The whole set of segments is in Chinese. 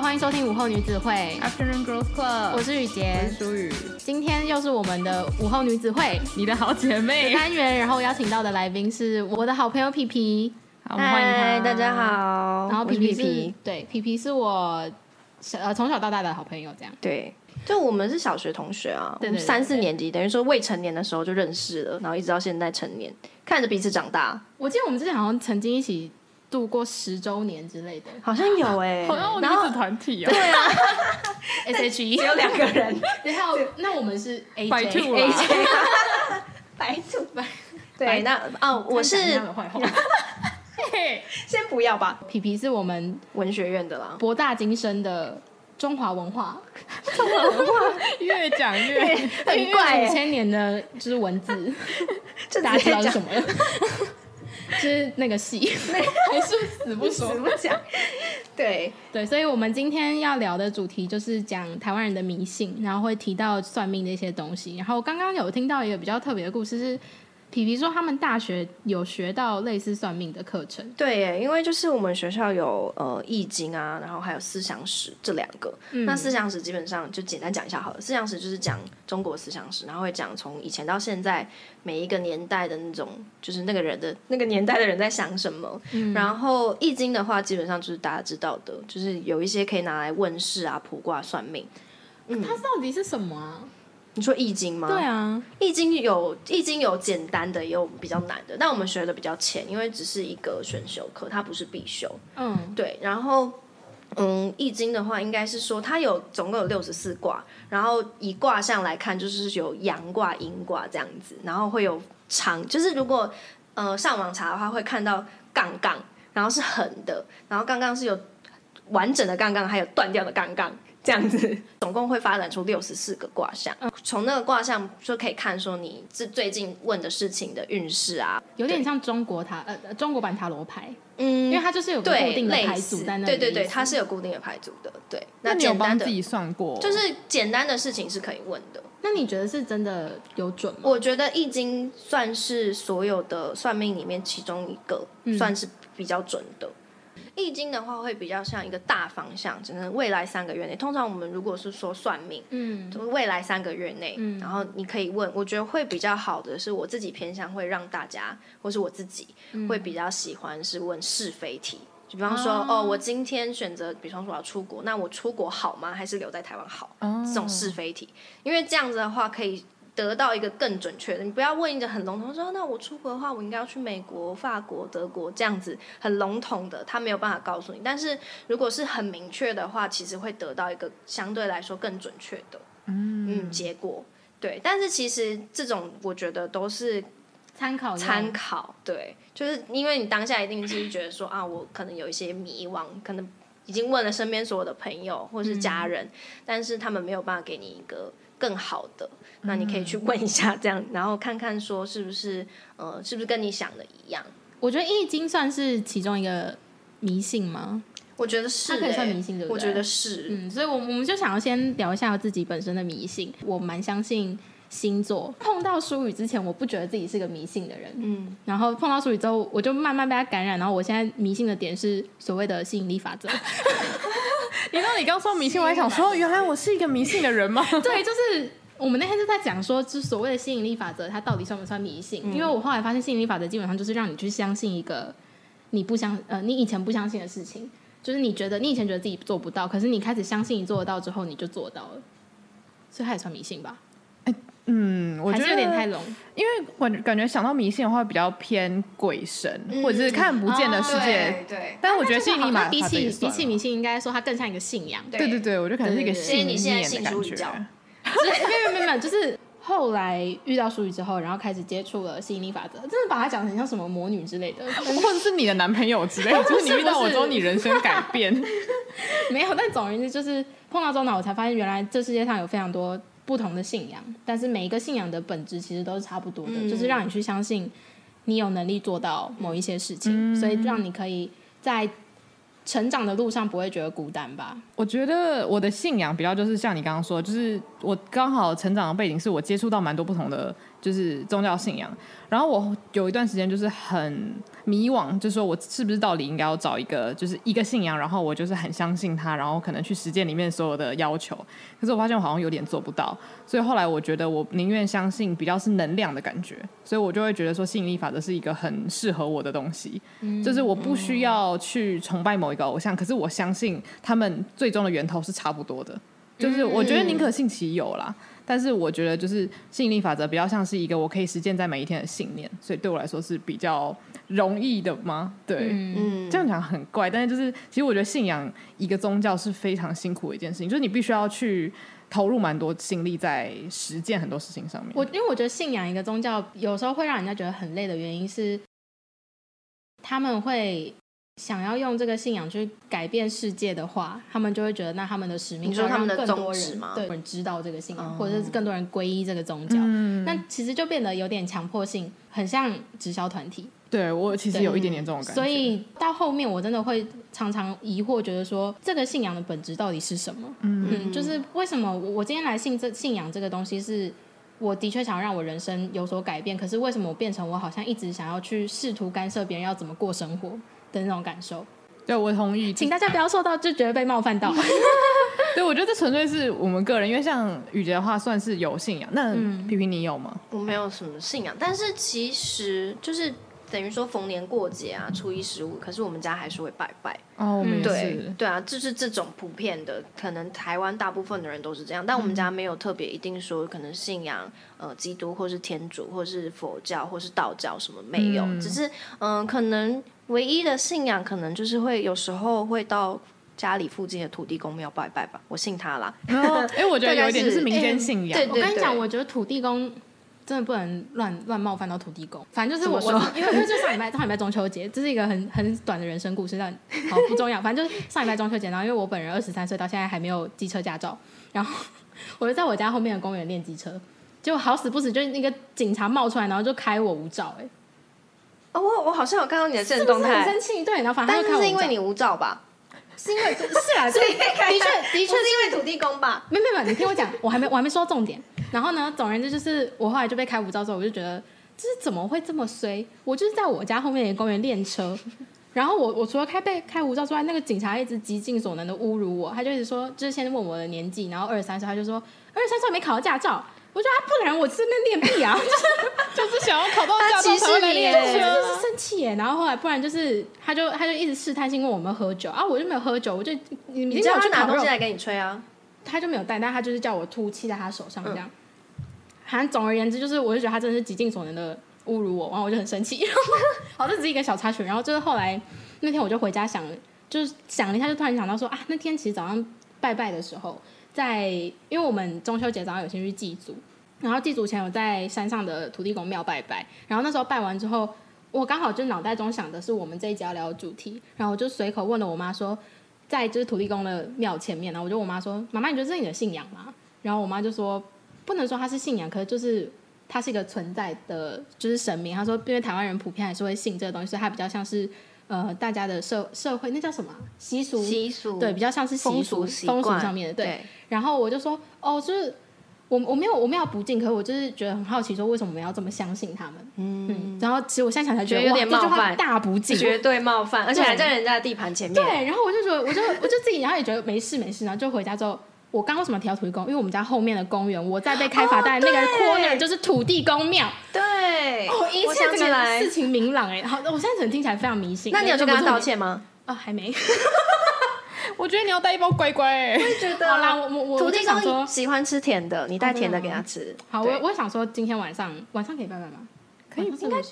欢迎收听午后女子会， Afternoon Girls Club，我是雨我洁是，舒雨，今天又是我们的午后女子 会你的好姐 妹。单元，然后邀请到的来宾是我的好朋友皮皮，好，我们欢迎她。大家。好，然后我是皮皮哦是皮，对皮皮是我小呃从小到大的好朋友，这样对，就我们是小学同学啊，对对我们对三四年级，等于说未成年的时候就认识了，然后一直到现在成年，看着彼此长大，我记得我们之前好像曾经一起度过十周年之 类的好像有哎、好像我然女后子团体哦。 S H E，只有两个人，然后那我们是 A 白兔 J，啦 AJ 白兔白，对，那哦，我是先不要吧，皮皮是我们文学院的 啦，博大精深的中华文化，越讲越很怪、五欸，千年的就是文字，这大家知直接道是讲什么了。 就是那个戏，还是死不说。 怎么讲？对，对，所以我们今天要聊的主题就是讲台湾人的迷信，然后会提到算命的一些东西。然后刚刚有听到一个比较特别的故事是，皮皮说他们大学有学到类似算命的课程，对耶，因为就是我们学校有呃易经啊，然后还有思想史这两个。嗯那思想史基本上就简单讲一下好了。思想史就是讲中国思想史，然后会讲从以前到现在每一个年代的那种，就是那个人的那个年代的人在想什么。嗯然后易经的话，基本上就是大家知道的，就是有一些可以拿来问世啊、卜卦、算命。它到底是什么啊？你说易经吗？对啊，易经有易经有简单的，也有比较难的。但我们学的比较浅，因为只是一个选修课，它不是必修。嗯，对，然后。嗯，易经的话，应该是说它有总共有六十四卦，然后以卦象来看，就是有阳卦、阴卦这样子，然后会有长，就是如果呃上网查的话，会看到杠杠，然后是横的，然后杠杠是有完整的杠杠，还有断掉的杠杠，这样子，总共会发展出六十四个卦象，嗯从那个卦象就可以看说你这最近问的事情的运势啊，有点像中国塔呃呃中国版塔罗牌，因嗯为它就是有个固对，定的类牌似组在那里的意对思。对对，它是有固定的牌组的。对，那你有简单帮的自己算过？就是简单的事情是可以问的。那你觉得是真的有准吗？我觉得《易经》算是所有的算命里面其中一个，嗯算是比较准的。易经的话会比较像一个大方向，只能未来三个月内。通常我们如果是说算命，嗯，就是未来三个月内，然后你可以问，我觉得会比较好的是，我自己偏向会让大家，或是我自己、会比较喜欢是问是非题。就比方说，嗯哦哦我今天选择，比方说我要出国，那我出国好吗？还是留在台湾好？哦这种是非题，因为这样子的话可以得到一个更准确的。你不要问一个很笼统，说那我出国的话，我应该要去美国、法国、德国这样子，很笼统的，他没有办法告诉你。但是如果是很明确的话，其实会得到一个相对来说更准确的嗯结果。对，但是其实这种我觉得都是参考用参考，对，就是因为你当下一定是觉得说啊，我可能有一些迷惘，可能已经问了身边所有的朋友或是家人，但是他们没有办法给你一个更好的，那你可以去问一下这样，然后看看说是不是呃是不是跟你想的一样，我觉得易经算是其中一个迷信吗？我觉得是、欸，它可以算迷信对不对我觉得是，嗯，所以我我们就想要先聊一下自己本身的迷信。我蛮相信星座。碰到淑宇之前，我不觉得自己是个迷信的人。嗯，然后碰到淑宇之后，我就慢慢被他感染。然后我现在迷信的点是所谓的吸引力法则。你到你刚说迷信，我还想 说，原来我是一个迷信的人吗？ 对，就是我们那天是在讲说，就是所谓的吸引力法则，它到底算不算迷信？嗯因为我后来发现，吸引力法则基本上就是让你去相信一个你不相呃你以前不相信的事情，就是你觉得你以前觉得自己做不到，可是你开始相信你做得到之后，你就做到了。所以它也算迷信吧，嗯，我还觉是得有点太笼。因为我感觉想到迷信的话，比较偏鬼神，嗯哦或者是看不见的世界。对。但我觉得心理好马像比法则起也比算起了迷信，应该说它更像一个信仰。 对对对，我觉得可能是一个对对对信所以你现在念的信感主义教觉。就是没有没有没有，就是后来遇到术语之后，然后开始接触了吸引力法则，真的把它讲成像什么魔女之类的。 或者是你的男朋友之类 的，就是你遇到我之后，你人生改变。 没有，但总而言之，就是碰到中岛，我才发现原来这世界上有非常多不同的信仰，但是每一个信仰的本质其实都是差不多的，就是让你去相信你有能力做到某一些事情，所以让你可以在成长的路上不会觉得孤单吧？我觉得我的信仰比较就是像你刚刚说的，就是我刚好成长的背景是我接触到蛮多不同的就是宗教信仰，然后我有一段时间就是很迷惘，就是说我是不是到底应该要找一个就是一个信仰，然后我就是很相信它，然后可能去实践里面所有的要求。可是我发现我好像有点做不到，所以后来我觉得我宁愿相信比较是能量的感觉，所以我就会觉得说吸引力法则是一个很适合我的东西，就是我不需要去崇拜某一个偶像，可是我相信他们最终的源头是差不多的，就是我觉得宁可信其有啦。但是我觉得，就是吸引力法则比较像是一个我可以实践在每一天的信念，所以对我来说是比较容易的吗？对，嗯，这样讲很怪，但是就是其实我觉得信仰一个宗教是非常辛苦的一件事情，就是你必须要去投入蛮多心力在实践很多事情上面。我因为我觉得信仰一个宗教，有时候会让人家觉得很累的原因是，他们会想要用这个信仰去改变世界的话，他们就会觉得那他们的使命你是说要他让们的更多宗旨人吗对人知道这个信仰，哦或者是更多人皈依这个宗教。嗯，那其实就变得有点强迫性，很像直销团体。对我其实有一点点这种感嗯觉，所以到后面我真的会常常疑惑，觉得说这个信仰的本质到底是什么？嗯就是为什么我我今天来信这信仰这个东西是。我的确想要让我人生有所改变，可是为什么我变成我好像一直想要去试图干涉别人要怎么过生活的那种感受？对我同意，请大家不要受到就觉得被冒犯到。对我觉得这纯粹是我们个人，因为像雨杰的话算是有信仰，那皮皮你有吗？我没有什么信仰，但是其实就是等于说逢年过节啊，初一十五，可是我们家还是会拜拜。哦，我嗯们也对是，对啊，就是这种普遍的，可能台湾大部分的人都是这样，但我嗯们家没有特别一定说可能信仰呃基督或是天主或是佛教或是道教什么没有，只是嗯、呃可能唯一的信仰可能就是会有时候会到。家里附近的土地公庙拜拜吧，我信他啦。 然后哎，我觉得有一点就是民间信仰，对对我跟你讲，我觉得土地公真的不能乱乱冒犯到土地公。反正就是我，怎么说我因为因为就上礼拜上礼拜中秋节，这是一个很很短的人生故事，但好不重要。反正就是上礼拜中秋节，然后因为我本人二十三岁，到现在还没有机车驾照，然后我就在我家后面的公园练机车。结果好死不死，就是那个警察冒出来，然后就开我无照、哎，哦，我我好像有看到你的现实是不动是很态，生气？对，然后反正但他就是开我无照是因为你无照吧？是因为 是啊，是的确的不确是因为土地公吧？没没没，你听我讲， 我还没我还没说到重点。然后呢，总而言之就是，我后来就被开无照之后，我就觉得这是怎么会这么衰？我就是在我家后面的公园练车，然后我我除了开被开无照之外，那个警察一直极尽所能的侮辱我，他就一直说，就是先问我的年纪，然后二十三岁，他就说二十三岁没考到驾照。我觉得他不然我这边练屁 啊，就是就是想要考到他驾照歧才会视来你练耶我真的是生气耶。然后后来不然就是他就他就一直试探性问我们喝酒啊，我就没有喝酒，我就你你你叫叫我他去拿烤东肉西来给你吹啊？他就没有带，但他就是叫我吐气在他手上这样。反正总而言之，就是我就觉得他真的是极尽所能的侮辱我，然后我就很生气。 然后好，这只是一个小插曲。然后就是后来那天我就回家想，就是想了一下，就突然想到说啊，那天其实早上拜拜的时候，在因为我们中秋节早上有先去祭祖，然后祭祖前有在山上的土地公庙拜拜，然后那时候拜完之后。我刚好就脑袋中想的是我们这一集要聊的主题，然后我就随口问了我妈说，在就是土地公的庙前面，啊然后我就问我妈说：“妈妈，你觉得这是你的信仰吗？”然后我妈就说：“不能说它是信仰，可是就是它是一个存在的，就是神明。”她说：“因为台湾人普遍还是会信这个东西，所以它比较像是呃大家的社社会那叫什么啊习俗，习俗对，比较像是习风俗俗习惯风俗上面的。对，对然后我就说：“哦，就是我我没有我没有不敬，可是我就是觉得很好奇，说为什么我们要这么相信他们？”嗯然后其实我现在想起来觉得觉得有点哇这句冒话犯大不敬，绝对冒犯，而且还在人家的地盘前面。对，然后我就觉得，我就我就自己，然后也觉得没事没事，然后就回家之后，我刚刚为什么提到土地公？因为我们家后面的公园，我在被开罚单的那个哦对 corner 就是土地公庙，对，哦，一我切想整起个来事。情明朗哎、好，我现在可能听起来非常迷信。哎那你有去就跟他道？歉吗？哦，还 没。我觉得你要带一包乖乖哎。觉好啦，我我我土我就地想说公，喜欢吃甜的，你带甜的给他吃。好，对我我想说今天晚上晚上可以拜拜吗？可以晚上是不是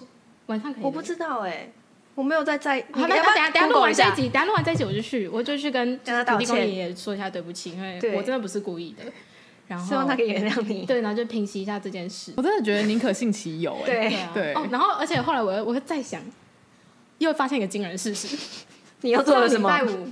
晚上可以。我不知道哎，我没有在在。好，你那那要不要等下等下 Google 录完一这下一集，等下录完这一集我就去，我就去跟跟他土道地公歉爷爷说一下对不起，因为对我真的不是故意的。然后希望他可以原谅你。对，然后就平息一下这件事。我真的觉得宁可信其有哎、对对啊，对哦，然后而且后来我又我又再想，又发现一个惊人的事实，你又做了什么？上礼拜五，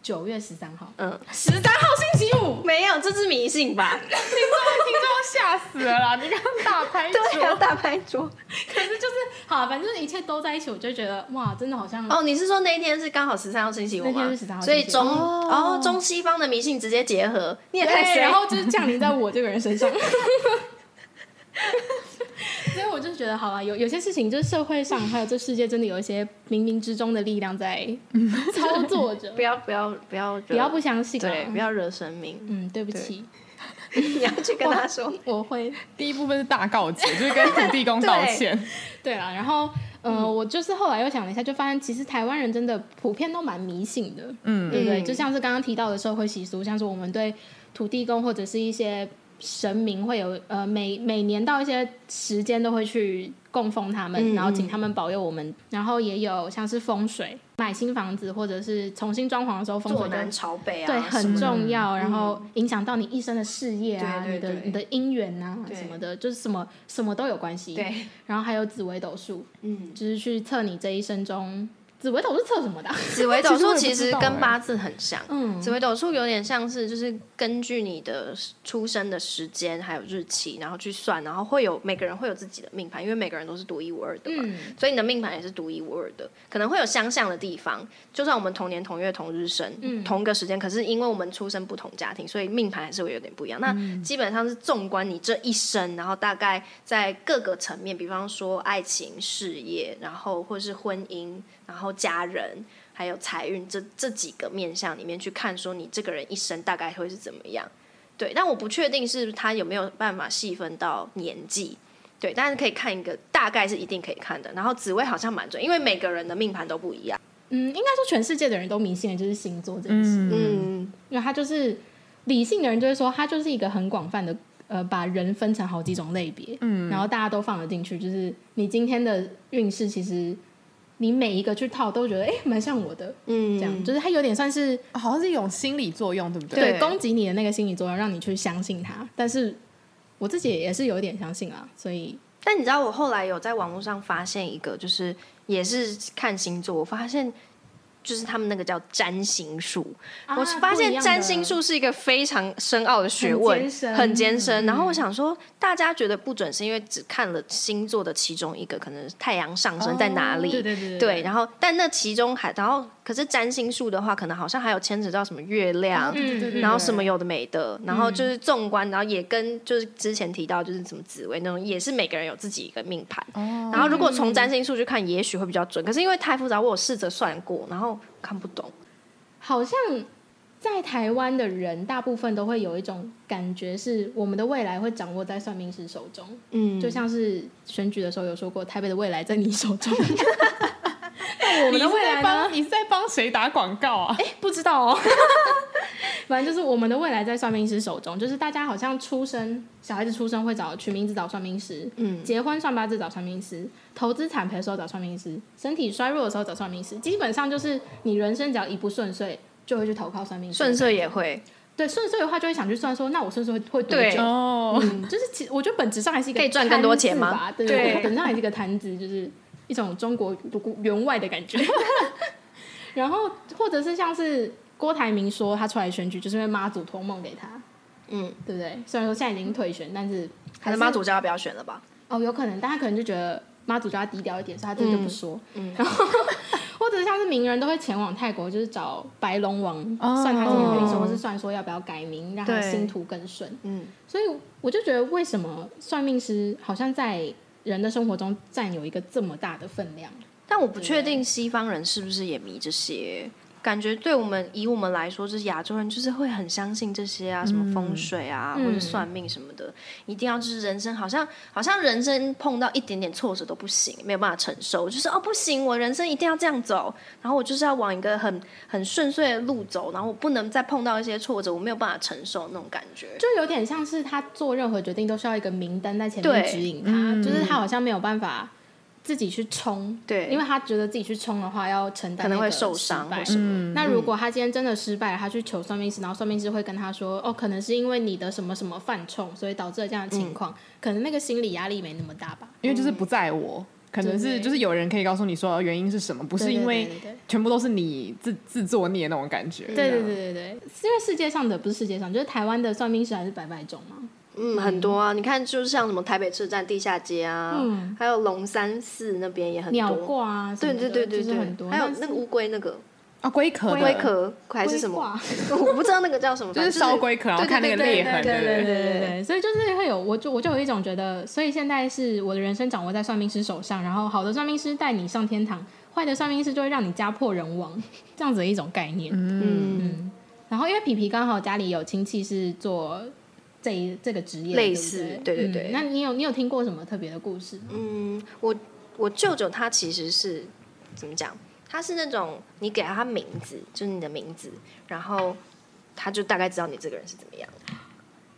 九月十三号，嗯，十三号星期五，没有，这是迷信吧？听众听众吓死了啦！你刚刚大拍桌， 对啊，大拍桌。可是就是好，反正就是一切都在一起，我就觉得哇，真的好像哦，你是说那一天是刚好十三号星期五吗？那天是13号所以星期五中哦中西方的迷信直接结合，你也太对，衰然后就是降临在我这个人身 上。所以我就觉得，好啊，有有些事情就是社会上还有这世界真的有一些冥冥之中的力量在操作着 不，要不要不要惹不要不相信、啊，对，不要惹神 明，嗯，对不起，你要去跟他说。我会第一部分是大告解，就是跟土地公道歉。 对啦，然后，呃，嗯我就是后来又想了一下，就发现其实台湾人真的普遍都蛮迷信的，嗯，对不对？嗯就像是刚刚提到的社会习俗，像是我们对土地公或者是一些神明会有呃每每年到一些时间都会去供奉他们，嗯然后请他们保佑我们。然后也有像是风水，买新房子或者是重新装潢的时候，风坐水就南朝北啊，对，什很么的嗯重要，然后影响到你一生的事业啊，对对对你的你的姻缘啊对什么的，就是什么什么都有关系。对，然后还有紫微斗数， 嗯，就是去测你这一生中紫微斗是测什么的啊、紫微斗数其其实我也不知实道跟欸八字很像，嗯紫微斗数有点像是就是根据你的出生的时间还有日期，然后去算，然后会有每个人会有自己的命盘，因为每个人都是独一无二的嘛，嗯所以你的命盘也是独一无二的，可能会有相像的地方。就算我们同年同月同日生，嗯同个时间，可是因为我们出生不同家庭，所以命盘还是会有点不一样。那嗯基本上是纵观你这一生，然后大概在各个层面，比方说爱情、事业，然后或是婚姻，然后家人。还有财运这这几个面向里面去看，说你这个人一生大概会是怎么样？对，但我不确定是他有没有办法细分到年纪，对，但是可以看一个大概是一定可以看的。然后紫薇好像蛮准，因为每个人的命盘都不一样。 嗯，应该说全世界的人都迷信的就是星座这件事，嗯，嗯，因为它就是理性的人就会说，它就是一个很广泛的。呃，把人分成好几种类别，嗯，然后大家都放了进去，就是你今天的运势，其实你每一个去套都觉得，哎、蛮像我的，嗯，这样，就是它有点算是 好像是一种心理作用，对不对？对对攻击你的那个心理作用，让你去相信他。但是我自己也是有一点相信啊，所以但你知道，我后来有在网络上发现一个，就是也是看星座，我发现就是他们那个叫占星术。啊我发现占星术是一个非常深奥的学问，很艰深嗯很艰深。然后我想说，大家觉得不准是因为只看了星座的其中一个，可能是太阳上升在哪哦里，对对对对，然后但那其中还，然后可是占星术的话，可能好像还有牵扯到什么月 亮，啊对对对对然后嗯什么有的没的，然后就是纵观，然后也跟就是之前提到就是什么紫薇那种，也是每个人有自己一个命盘。哦然后如果从占星术去看，也许会比较准。可是因为太复杂，我有试着算过，然后看不懂。好像在台湾的人大部分都会有一种感觉，是我们的未来会掌握在算命师手中，嗯，就像是选举的时候有说过，台北的未来在你手中。 那我们你是的未在来呢帮？你是在帮谁打广告啊？不知道哦。 反正就是我们的未来在算命师手中，就是大家好像出生，小孩子出生会找取名字找算命师，嗯结婚算八字找算命师，投资产赔的时候找算命师，身体衰弱的时候找算命师，基本上就是你人生只要一不顺遂，就会去投靠算命师。顺遂也会，对顺遂的话，就会想去算说，那我顺遂会多对久？哦，嗯，就是其我觉得本质上还是一个可以赚更多钱吗摊子吧对对对，对本质上还是一个摊子，就是一种中国员外的感觉。 然后或者是像是郭台铭说他出来选举，就是因为妈祖托梦给他，嗯，对不对？虽然说现在已经退选，但是可还能是妈祖教不要选了吧？哦，有可能，但他可能就觉得妈祖叫他低调一点，所以他自己就不说。嗯 然后或者是像是名人都会前往泰国，就是找白龙王、哦算他的年运势，哦或是算说要不要改名，让他对星途更顺。嗯，所以我就觉得，为什么算命师好像在人的生活中占有一个这么大的分量？但我不确定西方人是不是也迷这些。感觉对我们以我们来说，就是亚洲人，就是会很相信这些啊，什么风水啊，嗯或者算命什么的，一定要就是人生好像好像人生碰到一点点挫折都不行，没有办法承受，就是哦不行，我人生一定要这样走，然后我就是要往一个很很顺遂的路走，然后我不能再碰到一些挫折，我没有办法承受那种感觉。就有点像是他做任何决定都需要一个名单在前面对指引他，就是他好像没有办法自己去冲，对因为他觉得自己去冲的话要承担可能那会个受失伤败或什么那如果他今天真的失败了，他去求算命师，然后算命师会跟他说，哦，可能是因为你的什么什么犯冲，所以导致了这样的嗯情况，可能那个心理压力没那么大吧。因为就是不在我，可能是嗯对就是有人可以告诉你说呃原因是什么，不是对对因为对对对全部都是你自自作孽那种感觉。对对对对对，因为世界上的不是世界上，就是台湾的算命师还是百百种嘛，嗯，很多啊。你看，就是像什么台北车站地下街啊，嗯还有龙山寺那边也很鸟多。挂啊什么对的，对对对就是对，很多。还有但是那个乌龟那个啊，龟壳的龟，壳还是什龟 么，挂我不知道那个叫什么，就是反正烧龟壳，然后对对看那个对对裂痕，对不对对对对，所以就是会有，我就我就有一种觉得，所以现在是我的人生掌握在算命师手上，然后好的算命师带你上天堂，坏的算命师就会让你家破人亡， 这样子的一种概念。嗯，嗯，然后因为皮皮刚好家里有亲戚是做这一这个职业，类对不似对对对对嗯那你有你有听过什么特别的故事吗？嗯，我我舅舅他其实是怎么讲？他是那种你给他名字，就是你的名字，然后他就大概知道你这个人是怎么样的。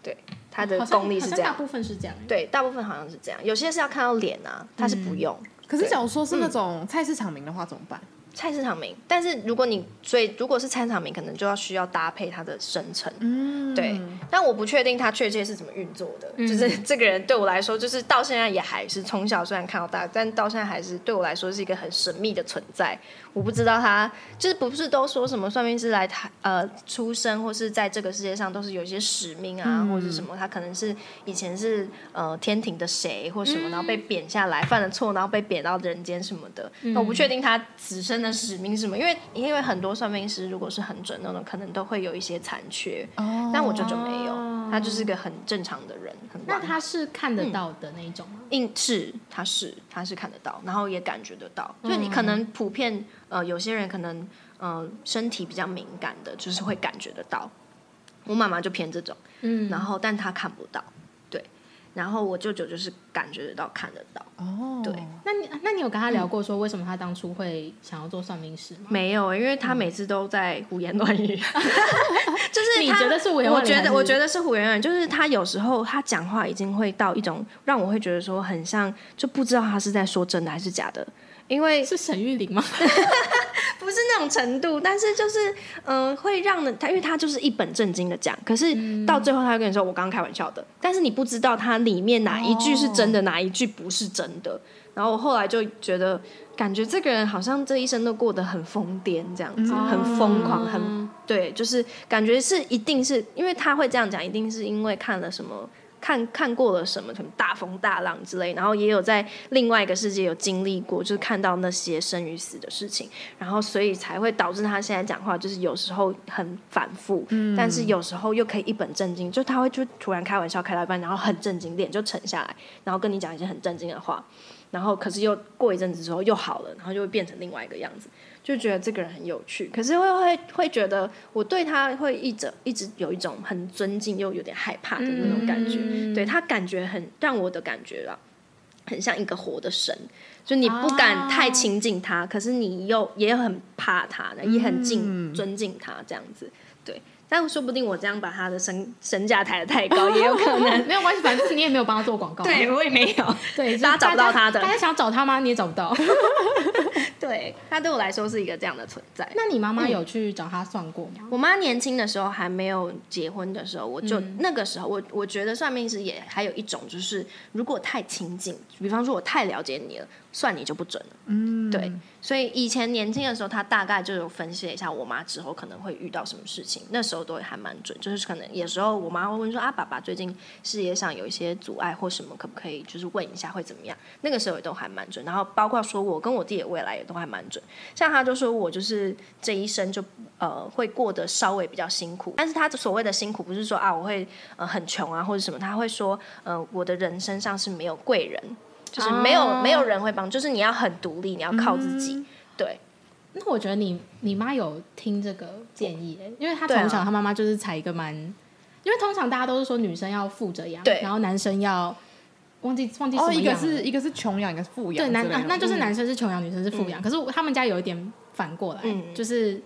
对，他的好像功力好是这像大样。部分是这样。对，大部分好像是这样，有些是要看到脸嗯啊，他是不用、可是假如说是那种菜市场名的话，怎么办？菜市场名。但是如果你所以如果是菜市场名，可能就要需要搭配他的生辰。嗯，对，但我不确定他确切是怎么运作的。嗯就是 这个人对我来说，就是到现在也还是从小虽然看到大，但到现在还是对我来说是一个很神秘的存在。我不知道他就是不是都说什么算命师来台呃出生或是在这个世界上都是有一些使命啊，或者什么，他可能是以前是呃天庭的谁或什么，然后被贬下来犯了错，然后被贬到人间什么的。那我不确定他此生的使命是什么，因为因为很多算命师如果是很准那种，可能都会有一些残缺。哦但我舅舅没有，他就是个很正常的人，很那完他是看得到的那一种吗？硬是他是他是看得到，然后也感觉得到，嗯就你可能普遍呃有些人可能呃身体比较敏感的，就是会感觉得到。我妈妈就偏这种，嗯，然后但她看不到，对，然后我舅舅就是感觉得到看得到，哦，对那你那你有跟他聊过说为什么他当初会想要做算命师吗？没有，因为他每次都在胡言 乱语，就是你他觉得是胡言我乱语觉还得是我觉得是胡言乱语，就是他有时候他讲话已经会到一种让我会觉得说很像，就不知道他是在说真的还是假的，因为是沈玉琳 吗？不是那种程度，但是就是嗯、呃会让人他，因为他就是一本正经的讲，可是到最后他会跟你说我刚刚开玩笑的，但是你不知道他里面哪一句是真的，哪一句不是真的。然后我后来就觉得，感觉这个人好像这一生都过得很疯癫，这样子，很疯狂，很对，就是感觉是一定是因为他会这样讲，一定是因为看了什么。看看过了什么什么大风大浪之类，然后也有在另外一个世界有经历过，就是看到那些生与死的事情，然后所以才会导致他现在讲话就是有时候很反复，但是有时候又可以一本正经，就他会就突然开玩笑开到一半，然后很正经，脸就沉下来，然后跟你讲一些很正经的话，然后可是又过一阵子之后又好了，然后就会变成另外一个样子，就觉得这个人很有趣，可是会会会觉得我对他会一直一直有一种很尊敬又有点害怕的那种感觉，嗯对他感觉很让我的感觉啊，很像一个活的神，就你不敢太亲近他，可是你又也很怕他，也很敬、尊敬他这样子，对。但说不定我这样把他的身身价抬得太 高，也有可能。 没有关系，反正你也没有帮他做广告。对，我也没有。对，就是大家找不到他的大家想找他吗？你也找不到。 对他对我来说是一个这样的存在。那你妈妈有去找他算过吗？我妈年轻的时候还没有结婚的时候，我就、那个时候，我我觉得算命师也还有一种，就是如果太亲近，比方说我太了解你了，算你就不准了。嗯，对，所以以前年轻的时候，他大概就有分析了一下我妈之后可能会遇到什么事情，那时候都还蛮准，就是可能有时候我妈会问说啊，爸爸最近事业上有一些阻碍或什么，可不可以就是问一下会怎么样？那个时候也都还蛮准，然后包括说我跟我弟的未来也都还蛮准，像他就说我就是这一生就呃会过得稍微比较辛苦，但是他所谓的辛苦不是说啊我会呃很穷啊或者什么，他会说呃我的人身上是没有贵人，就是没有、哦没有人会帮，就是你要很独立，你要靠自己，对，那我觉得你你妈有听这个建议耶，因为她对啊从小她妈妈就是采一个蛮，因为通常大家都是说女生要富着养，对然后男生要忘记忘记什哦，么一养个了是一个是穷养，一个是富养对之类男的，啊，那嗯就是男生是穷养，女生是富养。可是我他们家有一点反过来，嗯就是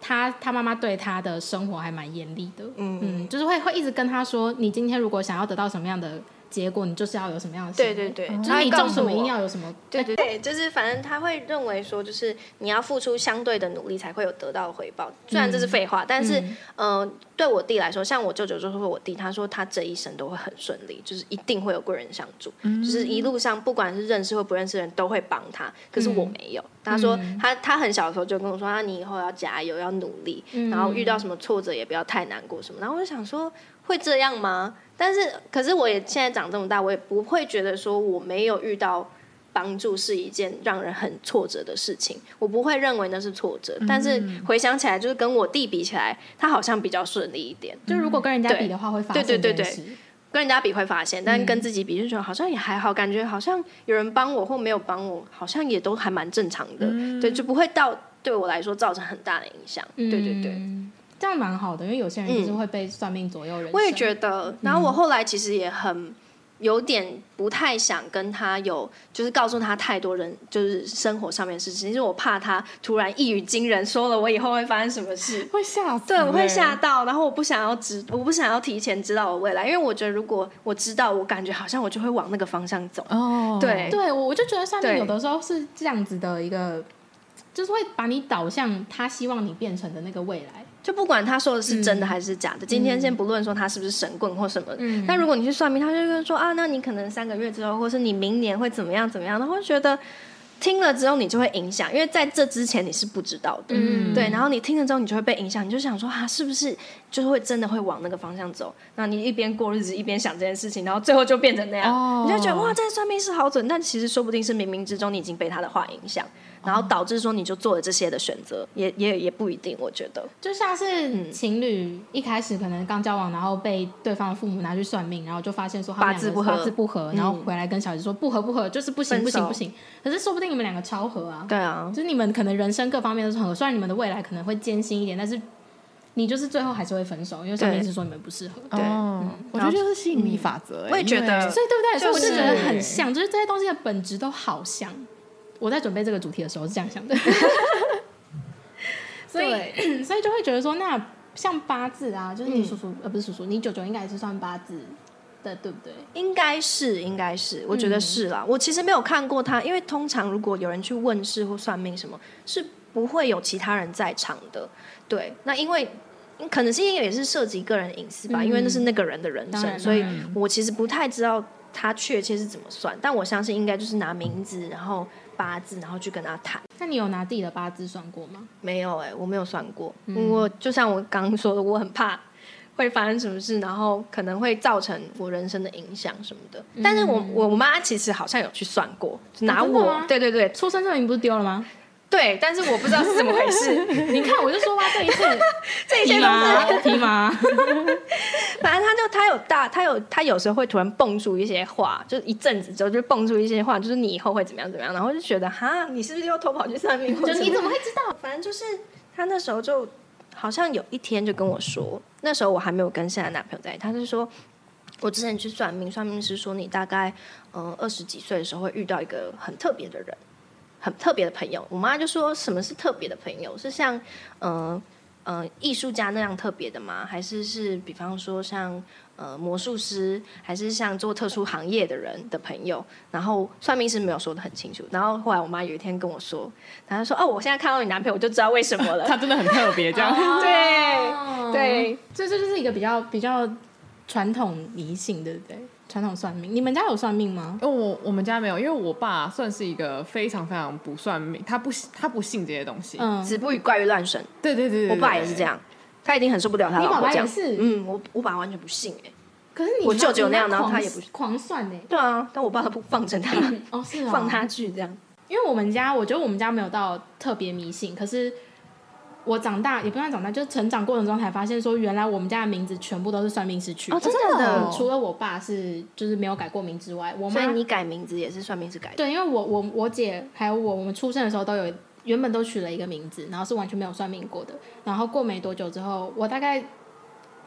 他他妈妈对他的生活还蛮严厉的，嗯嗯，就是会会一直跟他说，你今天如果想要得到什么样的结果，你就是要有什么样的行为对对对就哦他是会你告种诉什么我一定要有什么，对对对，就是反正他会认为说，就是你要付出相对的努力才会有得到回报。虽然这是废话，但是、呃，对我弟来说，像我舅舅就是我弟，他说他这一生都会很顺利，就是一定会有贵人相助，就是一路上不管是认识或不认识的人都会帮他。可是我没有，他说他他很小的时候就跟我说，嗯啊，你以后要加油，要努力，然后遇到什么挫折也不要太难过什么。然后我就想说。会这样吗？但是，可是我也现在长这么大，我也不会觉得说我没有遇到帮助是一件让人很挫折的事情，我不会认为那是挫折。但是回想起来，就是跟我弟比起来，他好像比较顺利一点。就如果跟人家比的话，会发现对对这对件事跟人家比会发现，但跟自己比就觉得好像也还好，感觉好像有人帮我或没有帮我，好像也都还蛮正常的，对，就不会到对我来说造成很大的影响。对对对，嗯这样蛮好的，因为有些人就是会被算命左右人生。嗯我也觉得。然后我后来其实也很有点不太想跟他有，就是告诉他太多人就是生活上面的事情，因为我怕他突然一语惊人，说了我以后会发生什 么事。会吓死、对，我会吓欸。到，然后我不想要知，我不想要提前知道我未来，因为我觉得如果我知道，我感觉好像我就会往那个方向走。哦，对对，我我就觉得算命对有的时候是这样子的一个，就是会把你导向他希望你变成的那个未来。就不管他说的是真的还是假的，今天先不论说他是不是神棍或什么，但如果你去算命，他就会说啊，那你可能三个月之后，或是你明年会怎么样怎么样，然后觉得听了之后你就会影响，因为在这之前你是不知道的，嗯对，然后你听了之后你就会被影响，你就想说啊，是不是就是会真的会往那个方向走？那你一边过日子一边想这件事情，然后最后就变成那样，哦你就觉得哇，这算命是好准，但其实说不定是冥冥之中你已经被他的话影响。然后导致说你就做了这些的选择，也也也不一定，我觉得。就像是情侣一开始可能刚交往，然后被对方的父母拿去算命，然后就发现说他们八字两个不合八字不合，嗯然后回来跟小孩子说不合不合，就是不行分不行手不行。可是说不定你们两个超合啊，对啊，就是你们可能人生各方面都是很合，虽然你们的未来可能会艰辛一点，但是你就是最后还是会分手，因为算命对是说你们不适合。对嗯哦我觉得就是吸引力法则、欸我也觉得因为所以对不对？所以我就就是觉得很像，就是这些东西的本质都好像。我在准备这个主题的时候是这样想的， 所以所以就会觉得说，那像八字啊，就是嗯你叔叔、呃不是叔叔，你舅舅应该也是算八字的，对不对？应该是，应该是，我觉嗯得是啦。我其实没有看过他，因为通常如果有人去问事或算命什么，是不会有其他人在场的。对，那因为可能是因为也是涉及个人隐私吧，嗯因为那是那个人的人当然生，所以我其实不太知道他确切是怎么算，但我相信应该就是拿名字，然后八字，然后去跟他谈。那你有拿自己的八字算过吗？没有哎、我没有算过。嗯我就像我刚刚说的，我很怕会发生什么事，然后可能会造成我人生的影响什么的。但是我我妈其实好像有去算过，嗯拿哦真的我、吗对对对出生证明不是丢了吗？ 对，但是我不知道是怎么回事。你看，我就说吧，这一切 这皮些都麻是，皮 麻，反正她就她有大，她有她有时候会突然蹦出一些话，就一阵子之后就蹦出一些话，就是你以后会怎么样怎么样，然后就觉得哈，你是不是又偷跑去算命？就你怎么会知道？反正就是他那时候就好像有一天就跟我说，那时候我还没有跟现在男朋友在一起，他就说我之前去算命，算命师说你大概嗯二十几岁的时候会遇到一个很特别的人，很特别的朋友。我妈就说什么是特别的朋友？是像嗯。呃，艺术家那样特别的吗？还是是比方说像呃魔术师，还是像做特殊行业的人的朋友？然后算命师没有说的很清楚。然后后来我妈有一天跟我说，然后她说：“哦，我现在看到你男朋友，我就知道为什么 了。 他真的很特别，这样。哦 对对，所以这就是一个比较比较传统迷信，对不对？传统算命，你们家有算命吗？因为我我们家没有，因为我爸算是一个非常非常不算命，他不他不信这些东西。嗯，子不语怪于乱神。对对对对我爸也是这。样，他一定很受不了他你老爸婆爸这样。也是嗯，我我爸完全不信哎、可是你我舅舅那样你然后狂他也不狂算呢、对啊，但我爸不放着他，哦，是哦放他去这样。因为我们家，我觉得我们家没有到特别迷信，可是我长大也不算长大，就是成长过程中才发现说，原来我们家的名字全部都是算命师取的。哦真嗯除了我爸是就是没有改过名之外，我所以妈你改名字也是算命师改的。对，因为我我我姐还有我，我们出生的时候都有原本都取了一个名字，然后是完全没有算命过的。然后过没多久之后，我大概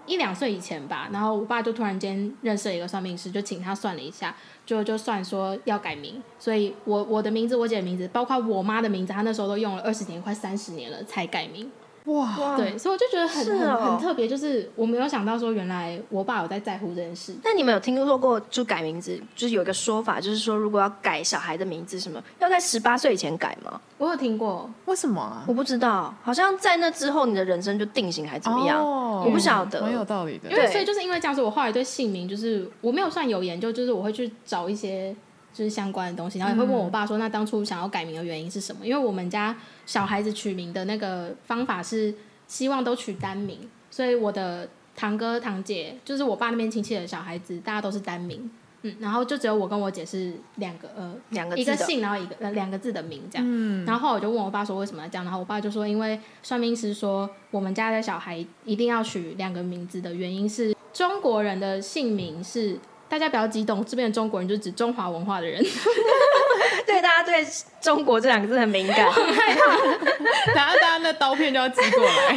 一两岁以前吧，然后我爸就突然间认识了一个算命师，就请他算了一下，就就算说要改名，所以我我的名字、我姐的名字，包括我妈的名字，她那时候都用了二十年、快三十年了才改名。哇，哇，对，所以我就觉得很是很哦很特别，就是我没有想到说原来我爸有在在乎这件事。那你们有听说过就改名字，就是有一个说法，就是说如果要改小孩的名字什么，要在十八岁以前改吗？我有听过，为什么啊我？不知道，好像在那之后你的人生就定型 还怎么样？哦我不晓得蛮有道理的因。为对所以就是因为这样子，我后来对姓名就是我没有算有研究，就是我会去找一些就是相关的东西，然后也会问我爸说，那当初想要改名的原因是什么？因为我们家小孩子取名的那个方法是希望都取单名，所以我的堂哥堂姐，就是我爸那边亲戚的小孩子，大家都是单名，嗯，然后就只有我跟我姐是两个呃两个一字个嗯的，姓，然后一个呃两个字的名这样。然后后来我就问我爸说为什么要这样，然后我爸就说因为算命师说我们家的小孩一定要取两个名字的原因是中国人的姓名是。大家不要激动，这边的中国人就指中华文化的人， 对大家对中国这两个字很敏 感，等 下大家那刀片就要寄过来。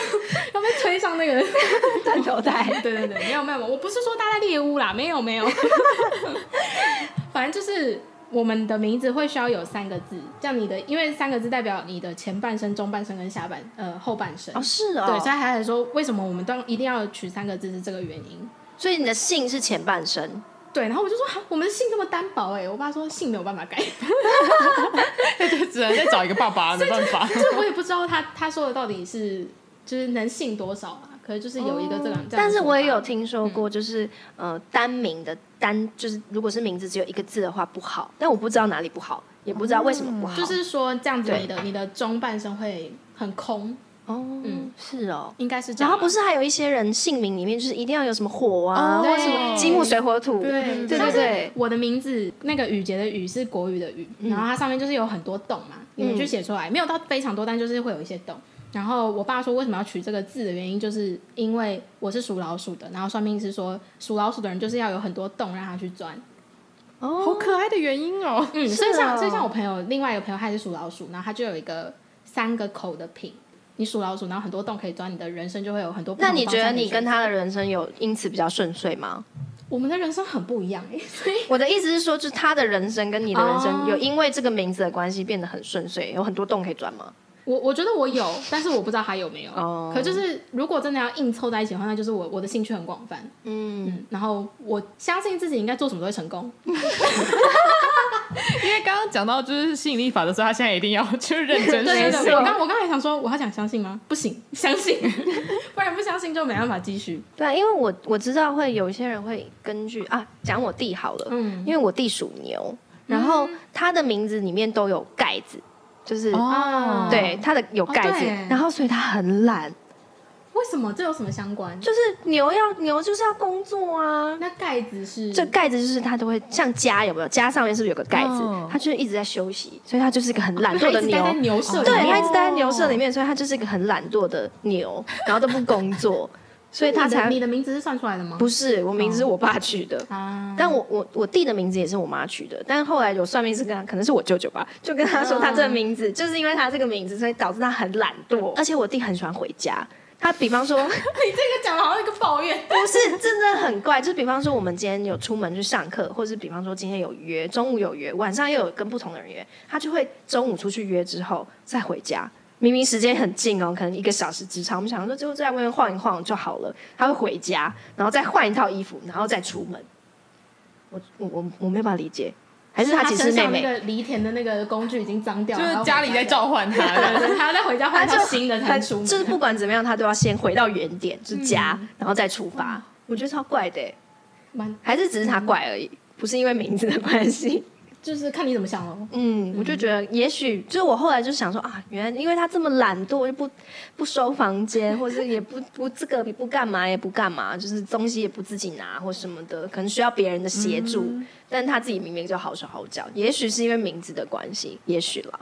要被推上那个。断头台。 对对对，没有没有，我不是说大家猎物啦，没有没有， 反正就是我们的名字会需要有三个字，这样你的，因为三个字代表你的前半生、中半生跟下半呃后半生。哦，是哦，对，所以还来说，为什么我们当一定要取三个字是这个原因。所以你的姓是前半生，对，然后我就说，哈，我们的姓这么单薄哎、我爸说姓没有办法改， 就只能再找一个爸爸，没 办法。就是我也不知道他他说的到底是就是能姓多少啊，可能就是有一个这样。这样的嗯嗯但是我也说有法听说过，就是、呃单名的单，就是如果是名字只有一个字的话不好，但我不知道哪里不好，也不知道为什么不好，嗯就是说这样子，对你的你的中半生会很空，哦，是哦。应该嗯是这样然吧。啊后不是还有一些人姓名里面就是一定要有什么火啊，哦或者什么金木水火土，对对像对是对，我的名字那个雨杰的雨是国语的雨，嗯然后它上面就是有很多洞嘛，你们就写出来，没有到非常多，但就是会有一些洞。然后我爸说为什么要取这个字的原因，就是因为我是属老鼠的，然后算命师说属老鼠的人就是要有很多洞让他去钻。好可爱的原因哦。嗯，是所以像哦所以像我朋友另外一个朋友他也是属老鼠，然后他就有一个三个口的瓶，你属老鼠，然后很多洞可以钻，你的人生就会有很多不同那的方你向可以觉选择。得你跟他的人生有因此比较顺遂吗？我们的人生很不一样哎、所以我的意思是说，就是他的人生跟你的人生哦有因为这个名字的关系变得很顺遂，有很多洞可以钻吗？我我觉得我有，但是我不知道他有没有。哦可就是如果真的要硬凑在一起的话，那就是我我的兴趣很广泛。嗯，然后我相信自己应该做什么都会成功。因为刚刚讲到就是吸引力法则，所以他现在一定要去认真对对学习对，。我刚我刚才想说，我要讲相信吗？不行，相信， 不然不相信就没办法继续。对啊，因为我我知道会有一些人会根据啊，讲我弟好了，嗯因为我弟属牛，然后他的名字里面都有盖子，就是、哦，对他的有盖哦子，对然后所以他很懒，为什么这有什么相关？就是牛要牛就是要工作啊。那盖子是这盖子就是他都会像家有没有家上面是不是有个盖子？哦他就是一直在休息，所以他就是一个很懒那惰它的嗯一直待牛在。哦牛舍里面，对哦他一直待在牛舍里面，所以他就是一个很懒惰的牛，然后都不工 作，所以他你的才你的名字是算出来的吗？不是我名字是我爸取的。啊， 但我我我弟的名字也是我妈取的，但是后来有算命师跟他，可能是我舅舅吧，就跟他说他这个名字、就是因为他这个名字，所以导致他很懒惰。嗯而且我弟很喜欢回家，他比方说你这个讲的好像一个抱怨。不是真的很怪，就比方说我们今天有出门去上课，或是比方说今天有约，中午有约，晚上又有跟不同的人约，他就会中午出去约之后再回家。明明时间很近哦，可能一个小时之差，我们想说最后在外面晃一晃就好了。他会回家，然后再换一套衣服，然后再出门。我我我我没有办法理解，还是他其实身是妹上那妹，个犁田的那个工具已经脏掉就了，是家里在找。召唤他。对对对，他要再回家换一套新的才他能出门。就是不管怎么样，他都要先回到原点，就是家，然后再出发。我觉得超怪的欸，蛮，还是只是他怪而已，不是因为名字的关系。就是看你怎么想哦。嗯，我就觉得也许就是我后来就想说啊，原来因为他这么懒惰，又不不收房间，或者是也不不这个也不干嘛也不干嘛，就是东西也不自己拿或什么的，可能需要别人的协助，嗯但他自己明明就好手好脚，也许是因为名字的关系，也许啦。